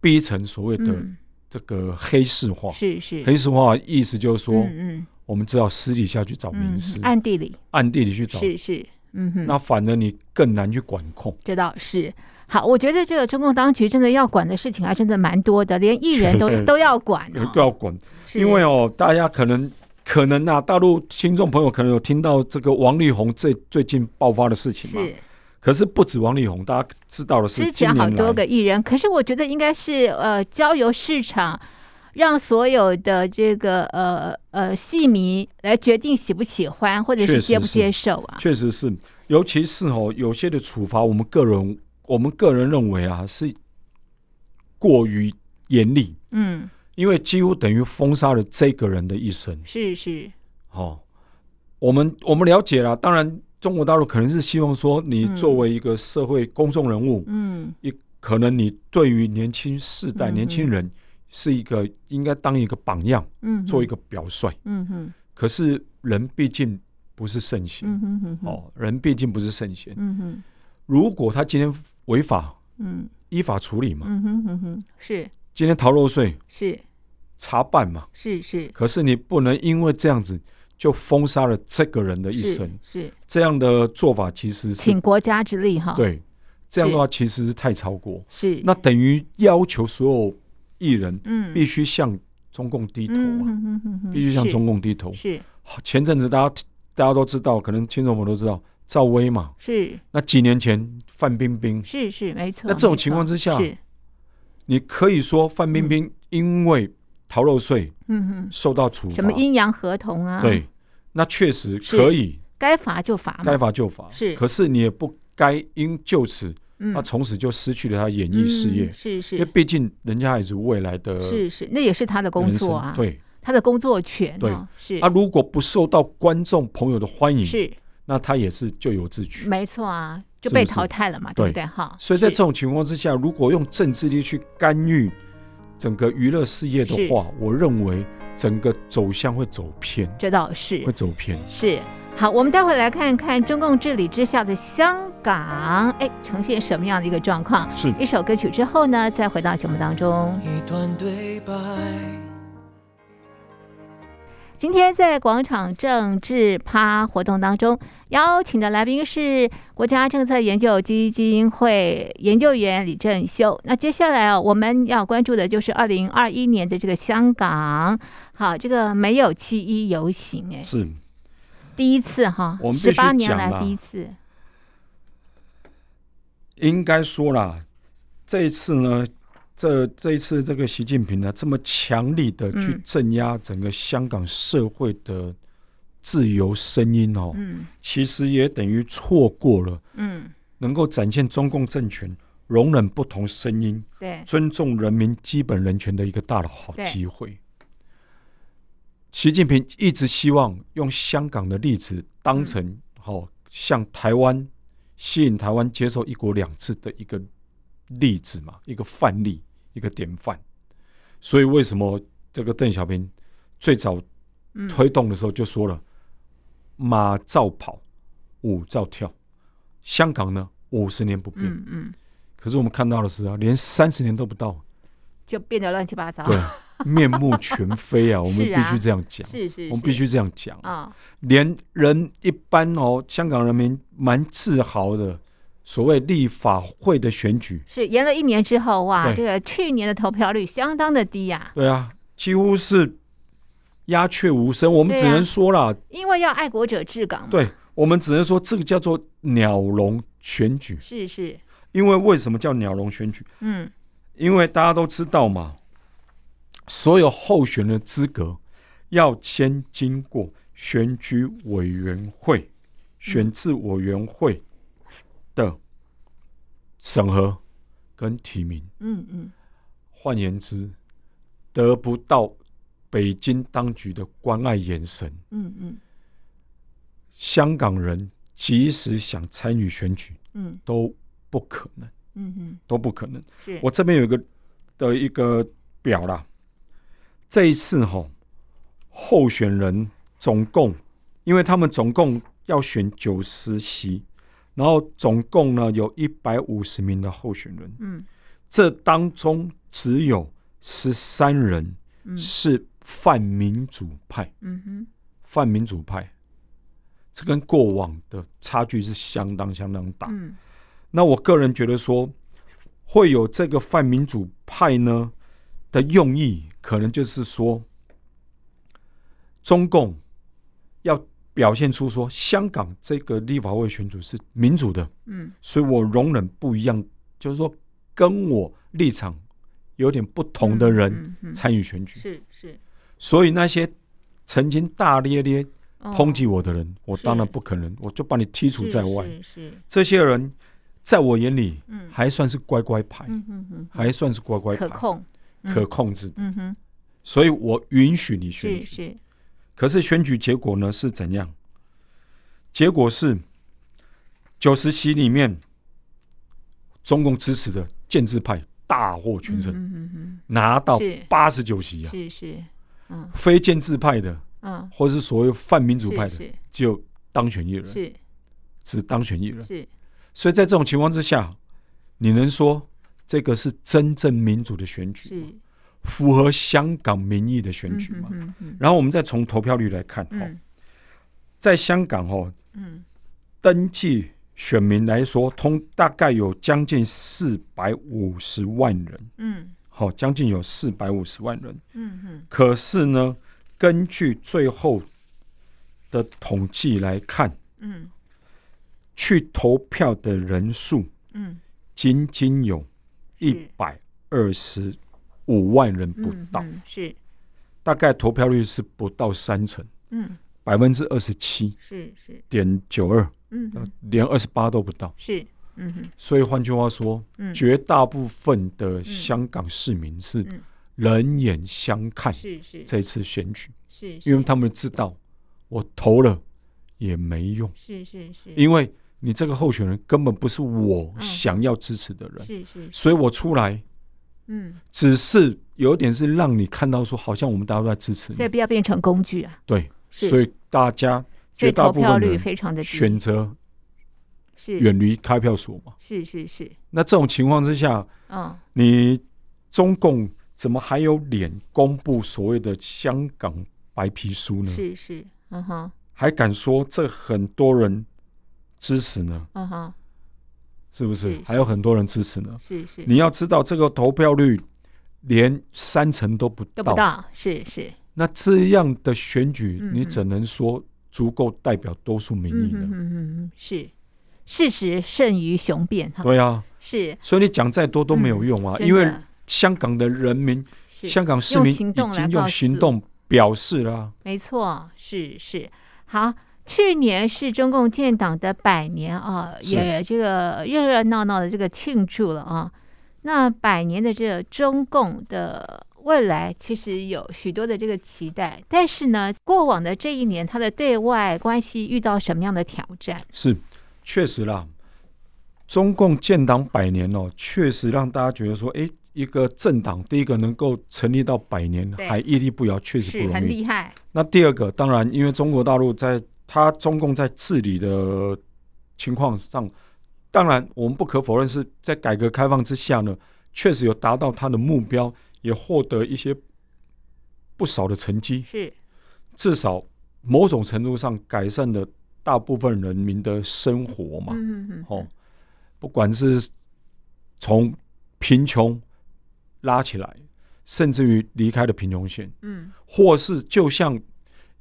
Speaker 2: 逼成所谓的
Speaker 1: 嗯
Speaker 2: 这个黑市化。
Speaker 1: 是是，
Speaker 2: 黑市化的意思就是说，
Speaker 1: 嗯嗯
Speaker 2: 我们只好私底下去找名
Speaker 1: 嗯
Speaker 2: 师，，
Speaker 1: 暗地里
Speaker 2: 暗地里去找，
Speaker 1: 是是，嗯哦哼，
Speaker 2: 那反而你更难去管控。
Speaker 1: 这倒是。好，我觉得这个中共当局真的要管的事情还真的蛮多的，连艺人
Speaker 2: 确
Speaker 1: 都
Speaker 2: 实
Speaker 1: 都要管、
Speaker 2: 有
Speaker 1: 哦
Speaker 2: 一。个要管，
Speaker 1: 是
Speaker 2: 因为哦，大家可能可能啊，大陆听众朋友可能有听到这个王力宏最最近爆发的事情嘛。
Speaker 1: 是
Speaker 2: 可是不止王力宏，大家知道的是，
Speaker 1: 之
Speaker 2: 今
Speaker 1: 前好
Speaker 2: 年
Speaker 1: 多
Speaker 2: 来
Speaker 1: 个艺人，可是我觉得应该是呃，交由市场让所有的这个呃呃戏迷来决定喜不喜欢，或者
Speaker 2: 确
Speaker 1: 是
Speaker 2: 实
Speaker 1: 接不
Speaker 2: 是
Speaker 1: 接受啊。
Speaker 2: 确实是，尤其是哦，有些的处罚，我们个人我们个人认为啊是过于严厉，
Speaker 1: 嗯，
Speaker 2: 因为几乎等于封杀了这个人的一生。
Speaker 1: 是是，
Speaker 2: 哦，我们我们了解了，当然中国大陆可能是希望说，你
Speaker 1: 嗯
Speaker 2: 作为一个社会公众人物，
Speaker 1: 嗯
Speaker 2: 也可能你对于年轻世代、
Speaker 1: 嗯
Speaker 2: 年轻人是一个应该当一个榜样，
Speaker 1: 嗯，
Speaker 2: 做一，个表率。
Speaker 1: 嗯哼，
Speaker 2: 可是人毕竟不是圣贤，
Speaker 1: 嗯哼哼，，
Speaker 2: 哦，人毕竟不是圣贤。
Speaker 1: 嗯哼，
Speaker 2: 如果他今天违法，
Speaker 1: 嗯
Speaker 2: 依法处理嘛，
Speaker 1: 嗯哼哼哼，是
Speaker 2: 今天逃漏税
Speaker 1: 是
Speaker 2: 查办嘛。
Speaker 1: 是是，
Speaker 2: 可是你不能因为这样子就封杀了这个人的一
Speaker 1: 是
Speaker 2: 生，
Speaker 1: 是，
Speaker 2: 这样的做法其实是
Speaker 1: 请国家之力哈。，
Speaker 2: 对，这样的话其实是太超过，
Speaker 1: 是
Speaker 2: 那等于要求所有艺人
Speaker 1: 嗯
Speaker 2: 必须向中共低头
Speaker 1: 嗯
Speaker 2: 啊，
Speaker 1: 哼哼哼哼
Speaker 2: 必须向
Speaker 1: 是
Speaker 2: 中共低头。
Speaker 1: 是
Speaker 2: 前阵子大家大家都知道，可能听众们都知道赵薇嘛，
Speaker 1: 是
Speaker 2: 那几年前范冰冰，
Speaker 1: 是是没错。
Speaker 2: 那这种
Speaker 1: 没
Speaker 2: 情
Speaker 1: 错
Speaker 2: 况之下
Speaker 1: 是
Speaker 2: 你可以说范冰冰因为逃漏税
Speaker 1: 嗯哼，
Speaker 2: 受到处罚，
Speaker 1: 什么阴阳合同啊？，
Speaker 2: 对，那确实
Speaker 1: 是
Speaker 2: 可以
Speaker 1: 该罚就罚
Speaker 2: 该
Speaker 1: 嘛。
Speaker 2: 罚就罚，
Speaker 1: 是
Speaker 2: 可是你也不该因就此，
Speaker 1: 嗯
Speaker 2: 那从此就失去了他演艺事业
Speaker 1: 嗯，是
Speaker 2: 因为
Speaker 1: 是
Speaker 2: 毕竟人家也是未来的
Speaker 1: 是是，那也是他的工
Speaker 2: 人
Speaker 1: 作
Speaker 2: 生
Speaker 1: 啊，
Speaker 2: 对
Speaker 1: 他的工作权
Speaker 2: 对
Speaker 1: 啊，是
Speaker 2: 啊，如果不受到观众朋友的欢迎，
Speaker 1: 是
Speaker 2: 那他也是咎由自取。
Speaker 1: 没错啊，就是被
Speaker 2: 不是
Speaker 1: 淘汰了嘛，对不对哈？
Speaker 2: 所以在
Speaker 1: 是
Speaker 2: 这种情况之下，如果用政治力去干预整个娱乐事业的话，我认为整个走向会走偏，
Speaker 1: 这倒是
Speaker 2: 会走偏。
Speaker 1: 是。好，我们待会来看看中共治理之下的香港，哎，呈现什么样的一个状况？
Speaker 2: 是
Speaker 1: 一首歌曲之后呢，再回到节目当中。
Speaker 3: 一段对白，
Speaker 1: 今天在广场政治趴活动当中，邀请的来宾是国家政策研究基金会研究员李正修。那接下来啊，我们要关注的就是二零二一年的这个香港，好，这个没有七一游行，哎，
Speaker 2: 是，
Speaker 1: 第一次哈，
Speaker 2: 我们必
Speaker 1: 十
Speaker 2: 须
Speaker 1: 八年
Speaker 2: 讲啊
Speaker 1: 来
Speaker 2: 啦
Speaker 1: 第一次，
Speaker 2: 应该说啦，这一次呢，这这一次这个习近平呢，这么强力的去
Speaker 1: 嗯
Speaker 2: 镇压整个香港社会的自由声音哦，
Speaker 1: 嗯
Speaker 2: 其实也等于错过了。
Speaker 1: 嗯，
Speaker 2: 能够展现中共政权容忍不同声音、
Speaker 1: 对，
Speaker 2: 尊重人民基本人权的一个大的好
Speaker 1: 对
Speaker 2: 机会。习近平一直希望用香港的例子当
Speaker 1: 嗯
Speaker 2: 成好、哦、向台湾吸引台湾接受“一国两制”的一个例子嘛，一个范例，一个典范。所以为什么这个邓小平最早
Speaker 1: 嗯
Speaker 2: 推动的时候就说了“马照跑，舞照跳”，香港呢五十年不变。
Speaker 1: 嗯嗯，
Speaker 2: 可是我们看到的是啊，连三十年都不到，啊
Speaker 1: 就变得乱七八糟。
Speaker 2: 对，面目全 非啊！我们
Speaker 1: 啊是啊
Speaker 2: 必须这样讲，
Speaker 1: 是是，
Speaker 2: 我们必须这样讲。
Speaker 1: 啊，
Speaker 2: 连人一般哦，香港人民蛮自豪的，所谓立法会的选举，
Speaker 1: 是延了一年之后，哇，
Speaker 2: 对
Speaker 1: 这个去年的投票率相当的低呀，
Speaker 2: 对啊，几乎是鸦雀无声。我们
Speaker 1: 对啊
Speaker 2: 只能说啦，
Speaker 1: 因为要爱国者治港嘛。
Speaker 2: 对,、我们只能说这个叫做鸟笼选举。
Speaker 1: 是是，
Speaker 2: 因为为什么叫鸟笼选举？
Speaker 1: 嗯，
Speaker 2: 因为大家都知道嘛，所有候选的资格要先经过选举委员会、选制委员会的审核跟提名。
Speaker 1: 嗯嗯，
Speaker 2: 换言之，得不到北京当局的关爱眼神，
Speaker 1: 嗯嗯
Speaker 2: 香港人即使想参与选举
Speaker 1: 嗯
Speaker 2: 都不可能，
Speaker 1: 嗯嗯，
Speaker 2: 都不可能。
Speaker 1: 是，
Speaker 2: 我这边有一个的一个表啦，这一次哈、候选人总共，因为他们总共要选九十席，然后总共呢有一百五十名的候选人，
Speaker 1: 嗯
Speaker 2: 这当中只有十三人
Speaker 1: 嗯
Speaker 2: 是泛民主派，
Speaker 1: 嗯哼，
Speaker 2: 泛民主派，这跟过往的差距是相当相当大。
Speaker 1: 嗯
Speaker 2: 那我个人觉得说，会有这个泛民主派呢的用意，可能就是说，中共要表现出说，香港这个立法会选举是民主的，
Speaker 1: 嗯
Speaker 2: 所以我容忍不一样，就是说跟我立场有点不同的人
Speaker 1: 嗯嗯嗯
Speaker 2: 参与选举。
Speaker 1: 是是
Speaker 2: 所以那些曾经大咧咧抨击
Speaker 1: 哦
Speaker 2: 我的人，我
Speaker 1: 是
Speaker 2: 当然不可能，我就把你剔除
Speaker 1: 是
Speaker 2: 在外。
Speaker 1: 是是，
Speaker 2: 这些人在我眼里
Speaker 1: 嗯
Speaker 2: 还算是乖乖牌，
Speaker 1: 嗯嗯嗯
Speaker 2: 还算是乖
Speaker 1: 嗯，
Speaker 2: 乖
Speaker 1: 可
Speaker 2: 牌，
Speaker 1: 控，嗯
Speaker 2: 可控制的，
Speaker 1: 嗯哼，
Speaker 2: 所以我允许你选
Speaker 1: 是
Speaker 2: 举。
Speaker 1: 是，
Speaker 2: 可是选举结果呢是怎样？结果是九十席里面，中共支持的建制派大获全胜，
Speaker 1: 嗯嗯嗯
Speaker 2: 拿到
Speaker 1: 是
Speaker 2: 八十九席
Speaker 1: 嗯，
Speaker 2: 啊。
Speaker 1: 是是，嗯
Speaker 2: 非建制派的，
Speaker 1: 嗯，
Speaker 2: 或是所谓泛民主
Speaker 1: 是
Speaker 2: 派的，
Speaker 1: 是
Speaker 2: 就当选一人，
Speaker 1: 是
Speaker 2: 只当选一人。
Speaker 1: 是，
Speaker 2: 所以在这种情况之下，你能说这个是真正民主的选举吗？
Speaker 1: 是
Speaker 2: 符合香港民意的选举嘛。
Speaker 1: 嗯嗯
Speaker 2: 然后我们再从投票率来看，哦，
Speaker 1: 嗯
Speaker 2: 在香港哦，
Speaker 1: 嗯
Speaker 2: 登记选民来说，通大概有将近四百五十万人，
Speaker 1: 嗯
Speaker 2: 好、哦，将近有四百五十万人。
Speaker 1: 嗯嗯
Speaker 2: 可是呢，根据最后的统计来看，
Speaker 1: 嗯
Speaker 2: 去投票的人数
Speaker 1: 嗯，
Speaker 2: 仅仅有一百二十五万人不到，
Speaker 1: 嗯是，
Speaker 2: 大概投票率是不到三成，
Speaker 1: 嗯
Speaker 2: 百分之二十七
Speaker 1: 是是，
Speaker 2: 点九二，
Speaker 1: 嗯
Speaker 2: 呃连二十八都不到。
Speaker 1: 是，嗯哼
Speaker 2: 所以换句话说，
Speaker 1: 嗯
Speaker 2: 绝大部分的香港市民是
Speaker 1: 嗯
Speaker 2: 冷眼相看
Speaker 1: 是是
Speaker 2: 这次选举，
Speaker 1: 是，
Speaker 2: 因为他们知道我投了也没用，
Speaker 1: 是是是，
Speaker 2: 因为你这个候选人根本不是我
Speaker 1: 嗯
Speaker 2: 想要支持的人，
Speaker 1: 是是，
Speaker 2: 所以我出来
Speaker 1: 嗯，
Speaker 2: 只是有点是让你看到说，好像我们大家都在支持
Speaker 1: 所以
Speaker 2: 你，
Speaker 1: 不要变成工具啊，
Speaker 2: 对，
Speaker 1: 是
Speaker 2: 所以大家
Speaker 1: 所以
Speaker 2: 绝大
Speaker 1: 投
Speaker 2: 部
Speaker 1: 票
Speaker 2: 分的
Speaker 1: 率
Speaker 2: 人
Speaker 1: 非常的低，
Speaker 2: 选择
Speaker 1: 是
Speaker 2: 远离开票所嘛。
Speaker 1: 是是是，
Speaker 2: 那这种情况之下，
Speaker 1: 嗯
Speaker 2: 你中共怎么还有脸公布所谓的香港白皮书呢？
Speaker 1: 是是，嗯哼
Speaker 2: 还敢说这很多人支持呢？
Speaker 1: 嗯哼，
Speaker 2: 是不是？
Speaker 1: 是
Speaker 2: 还有很多人支持呢？
Speaker 1: 是是，
Speaker 2: 你要知道，这个投票率连三成都不
Speaker 1: 都
Speaker 2: 到，
Speaker 1: 不到，是是，
Speaker 2: 那这样的选举，
Speaker 1: 嗯
Speaker 2: 你
Speaker 1: 嗯
Speaker 2: 只能说足够代表多数民
Speaker 1: 嗯
Speaker 2: 意呢？
Speaker 1: 嗯嗯嗯，是，事实胜于雄辩哈，
Speaker 2: 对啊，
Speaker 1: 是
Speaker 2: 所以你讲再多都没有用啊，
Speaker 1: 嗯真
Speaker 2: 因为
Speaker 1: 的
Speaker 2: 香港的人民、
Speaker 1: 是
Speaker 2: 香港市
Speaker 1: 用
Speaker 2: 民
Speaker 1: 行
Speaker 2: 已
Speaker 1: 动来
Speaker 2: 经
Speaker 1: 告
Speaker 2: 用
Speaker 1: 诉
Speaker 2: 行动表示了啊、
Speaker 1: 没错，是是好。去年是中共建党的百年啊，
Speaker 2: 是
Speaker 1: 也这个热热闹闹的这个庆祝了啊。那百年的这个中共的未来，其实有许多的这个期待，但是呢，过往的这一年，它的对外关系遇到什么样的挑战？
Speaker 2: 是，确实啦，中共建党百年哦，确实让大家觉得说，诶，一个政党第一个能够成立到百年
Speaker 1: 对
Speaker 2: 还屹立不摇，确实
Speaker 1: 是
Speaker 2: 不
Speaker 1: 很
Speaker 2: 容易。
Speaker 1: 厉害，
Speaker 2: 那第二个，当然，因为中国大陆在它中共在治理的情况上，当然，我们不可否认是在改革开放之下呢，确实有达到它的目标，也获得一些不少的成绩，
Speaker 1: 是
Speaker 2: 至少某种程度上改善了大部分人民的生活嘛。
Speaker 1: 嗯嗯
Speaker 2: 哦，不管是从贫穷拉起来，甚至于离开了贫穷线，
Speaker 1: 嗯
Speaker 2: 或是就像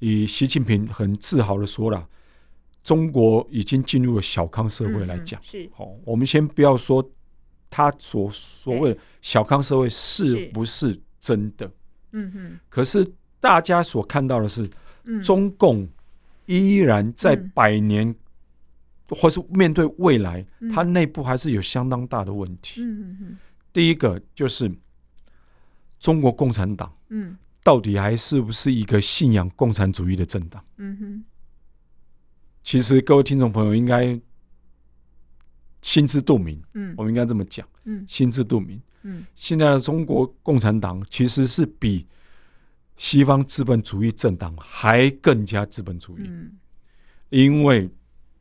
Speaker 2: 以习近平很自豪的说了，中国已经进入了小康社会来讲。
Speaker 1: 嗯是
Speaker 2: 好、我们先不要说他所所谓的小康社会
Speaker 1: 是
Speaker 2: 是不是真的，
Speaker 1: 嗯嗯
Speaker 2: 可是大家所看到的是，
Speaker 1: 嗯
Speaker 2: 中共依然在
Speaker 1: 嗯
Speaker 2: 百年、或是面对未来，
Speaker 1: 嗯
Speaker 2: 它内部还是有相当大的问题。
Speaker 1: 嗯嗯
Speaker 2: 第一个就是中国共产党
Speaker 1: 嗯
Speaker 2: 到底还是不是一个信仰共产主义的政党？
Speaker 1: 嗯嗯
Speaker 2: 其实各位听众朋友应该心知肚明，
Speaker 1: 嗯
Speaker 2: 我们应该这么讲，
Speaker 1: 嗯
Speaker 2: 心知肚明。
Speaker 1: 嗯
Speaker 2: 现在的中国共产党其实是比西方资本主义政党还更加资本主义。
Speaker 1: 嗯
Speaker 2: 因为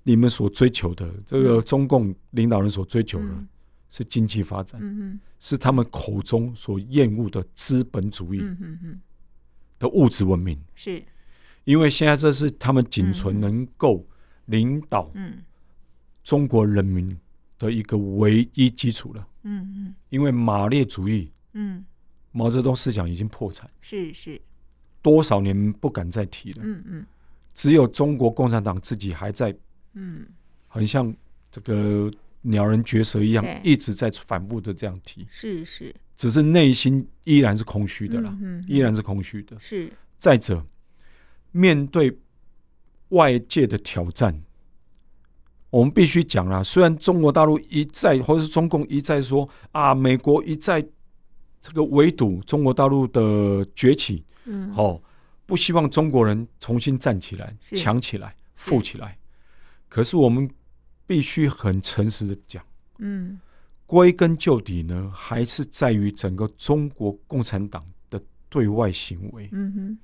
Speaker 2: 你们所追求的，这个中共领导人所追求的
Speaker 1: 嗯
Speaker 2: 是经济发展，
Speaker 1: 嗯
Speaker 2: 是他们口中所厌恶的资本主义
Speaker 1: 嗯嗯嗯
Speaker 2: 的物质文明。
Speaker 1: 是
Speaker 2: 因为现在这是他们仅存
Speaker 1: 嗯
Speaker 2: 能够领导
Speaker 1: 嗯
Speaker 2: 中国人民的一个唯一基础了。
Speaker 1: 嗯嗯
Speaker 2: 因为马列主义、
Speaker 1: 嗯
Speaker 2: 毛泽东思想已经破产，
Speaker 1: 是是
Speaker 2: 多少年不敢再提了。
Speaker 1: 嗯嗯
Speaker 2: 只有中国共产党自己还在，
Speaker 1: 嗯
Speaker 2: 很像这个鸟人绝舌一样
Speaker 1: 对，
Speaker 2: 一直在反复的这样提。
Speaker 1: 是是
Speaker 2: 只是内心依然是空虚的啦，
Speaker 1: 嗯
Speaker 2: 依然是空虚的。
Speaker 1: 是
Speaker 2: 再者，面对外界的挑战，我们必须讲啦。虽然中国大陆一再，或者是中共一再说啊，美国一再这个围堵中国大陆的崛起，
Speaker 1: 嗯
Speaker 2: 哦，不希望中国人重新站起来、
Speaker 1: 是
Speaker 2: 强起来、富起来。可是我们必须很诚实的讲。
Speaker 1: 嗯
Speaker 2: 归根究底呢，还是在于整个中国共产党的对外行为。
Speaker 1: 嗯嗯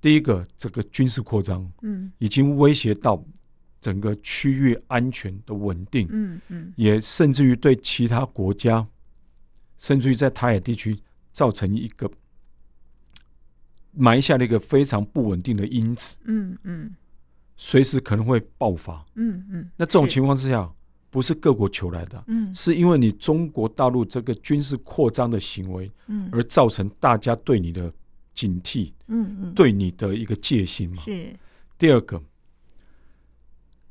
Speaker 2: 第一个，这个军事扩张
Speaker 1: 嗯
Speaker 2: 已经威胁到整个区域安全的稳定，
Speaker 1: 嗯嗯
Speaker 2: 也甚至于对其他国家，甚至于在台海地区造成一个埋下了一个非常不稳定的因子，
Speaker 1: 嗯嗯
Speaker 2: 随时可能会爆发。
Speaker 1: 嗯嗯
Speaker 2: 那这种
Speaker 1: 是
Speaker 2: 情况之下，不是各国求来的。啊
Speaker 1: 嗯
Speaker 2: 是因为你中国大陆这个军事扩张的行为，
Speaker 1: 嗯
Speaker 2: 而造成大家对你的警惕，
Speaker 1: 嗯嗯
Speaker 2: 对你的一个戒心嘛。
Speaker 1: 是
Speaker 2: 第二个，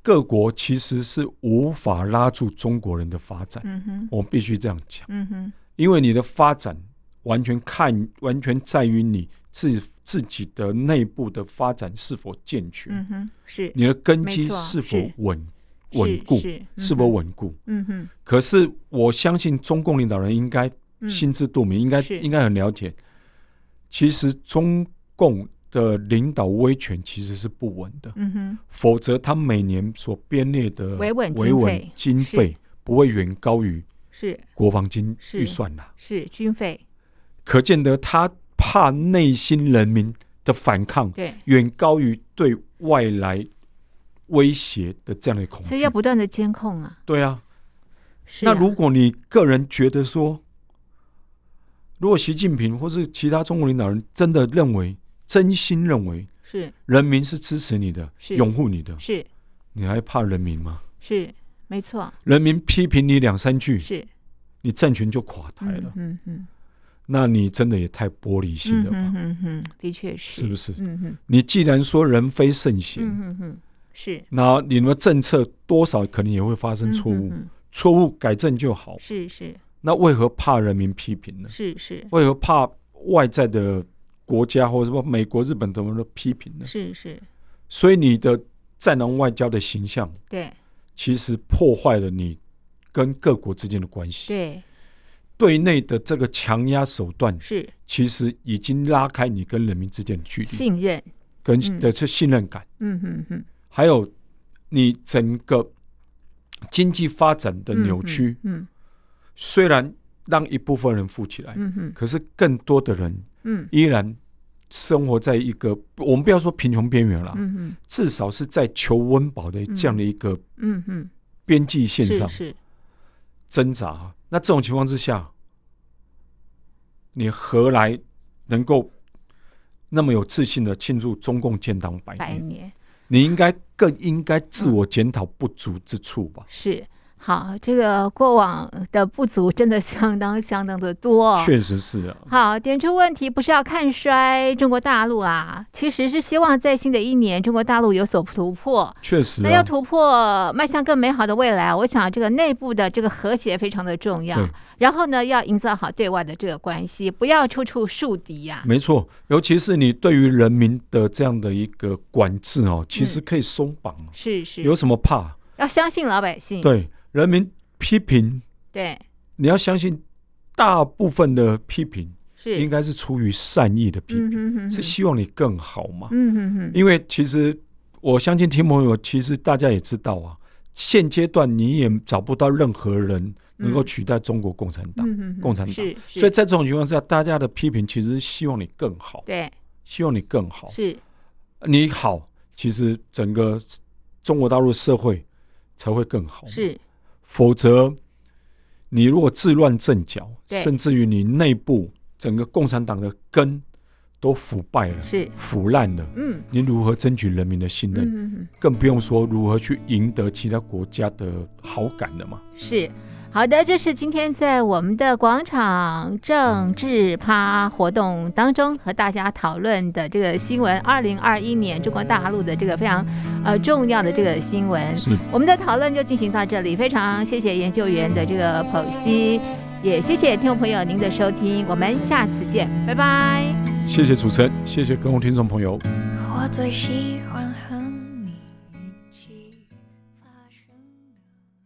Speaker 2: 各国其实是无法拉住中国人的发展，
Speaker 1: 嗯哼
Speaker 2: 我必须这样讲，
Speaker 1: 嗯哼
Speaker 2: 因为你的发展完全看完全在于你自自己的内部的发展是否健全，
Speaker 1: 嗯哼是
Speaker 2: 你的根基
Speaker 1: 没错
Speaker 2: 是否
Speaker 1: 是
Speaker 2: 稳稳固，
Speaker 1: 是
Speaker 2: 是否稳固。
Speaker 1: 嗯哼
Speaker 2: 可是我相信中共领导人应该
Speaker 1: 嗯
Speaker 2: 心知肚明，应该
Speaker 1: 是
Speaker 2: 应该很了解。其实中共的领导威权其实是不稳的，
Speaker 1: 嗯哼
Speaker 2: 否则他每年所编列的
Speaker 1: 维稳经费
Speaker 2: 维稳经费不会远高于
Speaker 1: 是
Speaker 2: 国防经
Speaker 1: 是
Speaker 2: 预算啦。
Speaker 1: 是军费
Speaker 2: 可见得他怕内心人民的反抗
Speaker 1: 对。
Speaker 2: 远高于对外来威胁的这样的恐
Speaker 1: 所
Speaker 2: 惧
Speaker 1: 以要。不断的监控啊。
Speaker 2: 对啊，
Speaker 1: 是
Speaker 2: 那
Speaker 1: 啊
Speaker 2: 如果你个人觉得说，如果习近平或是其他中国领导人真的认为，真心认为
Speaker 1: 是
Speaker 2: 人民是支持你的、
Speaker 1: 是
Speaker 2: 拥护你的，
Speaker 1: 是
Speaker 2: 你还怕人民吗？
Speaker 1: 是，没错，
Speaker 2: 人民批评你两三句，
Speaker 1: 是
Speaker 2: 你政权就垮台
Speaker 1: 嗯
Speaker 2: 了，
Speaker 1: 嗯嗯，
Speaker 2: 那你真的也太玻璃心
Speaker 1: 嗯
Speaker 2: 了吧？
Speaker 1: 嗯嗯嗯，的确是，
Speaker 2: 是不是
Speaker 1: 嗯嗯
Speaker 2: 你既然说人非圣贤，
Speaker 1: 嗯嗯嗯，是
Speaker 2: 那你们政策多少可能也会发生错误，
Speaker 1: 嗯嗯
Speaker 2: 错误改正就好
Speaker 1: 嗯。是是
Speaker 2: 那为何怕人民批评呢？
Speaker 1: 是是
Speaker 2: 为何怕外在的国家或者什么美国、日本等么的批评呢？
Speaker 1: 是是，
Speaker 2: 所以你的战狼外交的形象，
Speaker 1: 对
Speaker 2: 其实破坏了你跟各国之间的关系。
Speaker 1: 对
Speaker 2: 对内的这个强压手段，
Speaker 1: 是
Speaker 2: 其实已经拉开你跟人民之间的距离，
Speaker 1: 信任，
Speaker 2: 跟
Speaker 1: 嗯
Speaker 2: 的这信任感，
Speaker 1: 嗯嗯嗯，
Speaker 2: 还有你整个经济发展的
Speaker 1: 嗯
Speaker 2: 扭曲，，
Speaker 1: 嗯
Speaker 2: 虽然让一部分人富起来，
Speaker 1: 嗯嗯
Speaker 2: 可是更多的人
Speaker 1: 嗯
Speaker 2: 依然生活在一个我们不要说贫穷边缘了，
Speaker 1: 嗯嗯
Speaker 2: 至少是在求温饱的这样的一个
Speaker 1: 嗯嗯，
Speaker 2: 边际线
Speaker 1: 嗯是
Speaker 2: 上。
Speaker 1: 是
Speaker 2: 挣扎啊。那这种情况之下，你何来能够那么有自信的庆祝中共建党百
Speaker 1: 百
Speaker 2: 年？
Speaker 1: 年
Speaker 2: 你应该更应该自我检讨不足之处吧？
Speaker 1: 是好，这个过往的不足真的相当相当的多、哦。
Speaker 2: 确实是啊，
Speaker 1: 好，点出问题不是要看衰中国大陆啊，其实是希望在新的一年中国大陆有所突破。
Speaker 2: 确实
Speaker 1: 那要
Speaker 2: 啊，
Speaker 1: 突破，迈向更美好的未来，我想这个内部的这个和谐非常的重要
Speaker 2: 对。
Speaker 1: 然后呢，要营造好对外的这个关系，不要处处树敌啊呀、
Speaker 2: 没错。尤其是你对于人民的这样的一个管制哦，其实可以松绑哦，
Speaker 1: 是是，
Speaker 2: 有什么怕？
Speaker 1: 要相信老百姓。
Speaker 2: 对人民批评，
Speaker 1: 对
Speaker 2: 你要相信，大部分的批评
Speaker 1: 是，
Speaker 2: 应该是出于善意的批
Speaker 1: 嗯
Speaker 2: 评，
Speaker 1: 哼哼，
Speaker 2: 是希望你更好嘛。
Speaker 1: 嗯哼哼，
Speaker 2: 因为其实我相信听朋友，其实大家也知道啊，现阶段你也找不到任何人能够取代中国共产党。
Speaker 1: 嗯哼哼
Speaker 2: 共产党
Speaker 1: 是，是
Speaker 2: 所以在这种情况下，大家的批评其实是希望你更好，
Speaker 1: 对
Speaker 2: 希望你更好。
Speaker 1: 是
Speaker 2: 你好，其实整个中国大陆社会才会更好。，
Speaker 1: 是
Speaker 2: 否则你如果自乱阵脚，
Speaker 1: 对
Speaker 2: 甚至于你内部整个共产党的根都腐败了、
Speaker 1: 是，
Speaker 2: 腐烂了，
Speaker 1: 嗯
Speaker 2: 你如何争取人民的信
Speaker 1: 嗯
Speaker 2: 任？
Speaker 1: 哼哼。
Speaker 2: 更不用说如何去赢得其他国家的好感了嘛。
Speaker 1: 是。好的，这是今天在我们的广场政治趴活动当中和大家讨论的这个新闻，二零二一年中国大陆的这个非常呃重要的这个新闻。
Speaker 2: 是，
Speaker 1: 我们的讨论就进行到这里，非常谢谢研究员的这个剖析，也谢谢听众朋友您的收听，我们下次见，拜拜。
Speaker 2: 谢谢主持人，谢谢各位听众朋友。
Speaker 3: 我最喜欢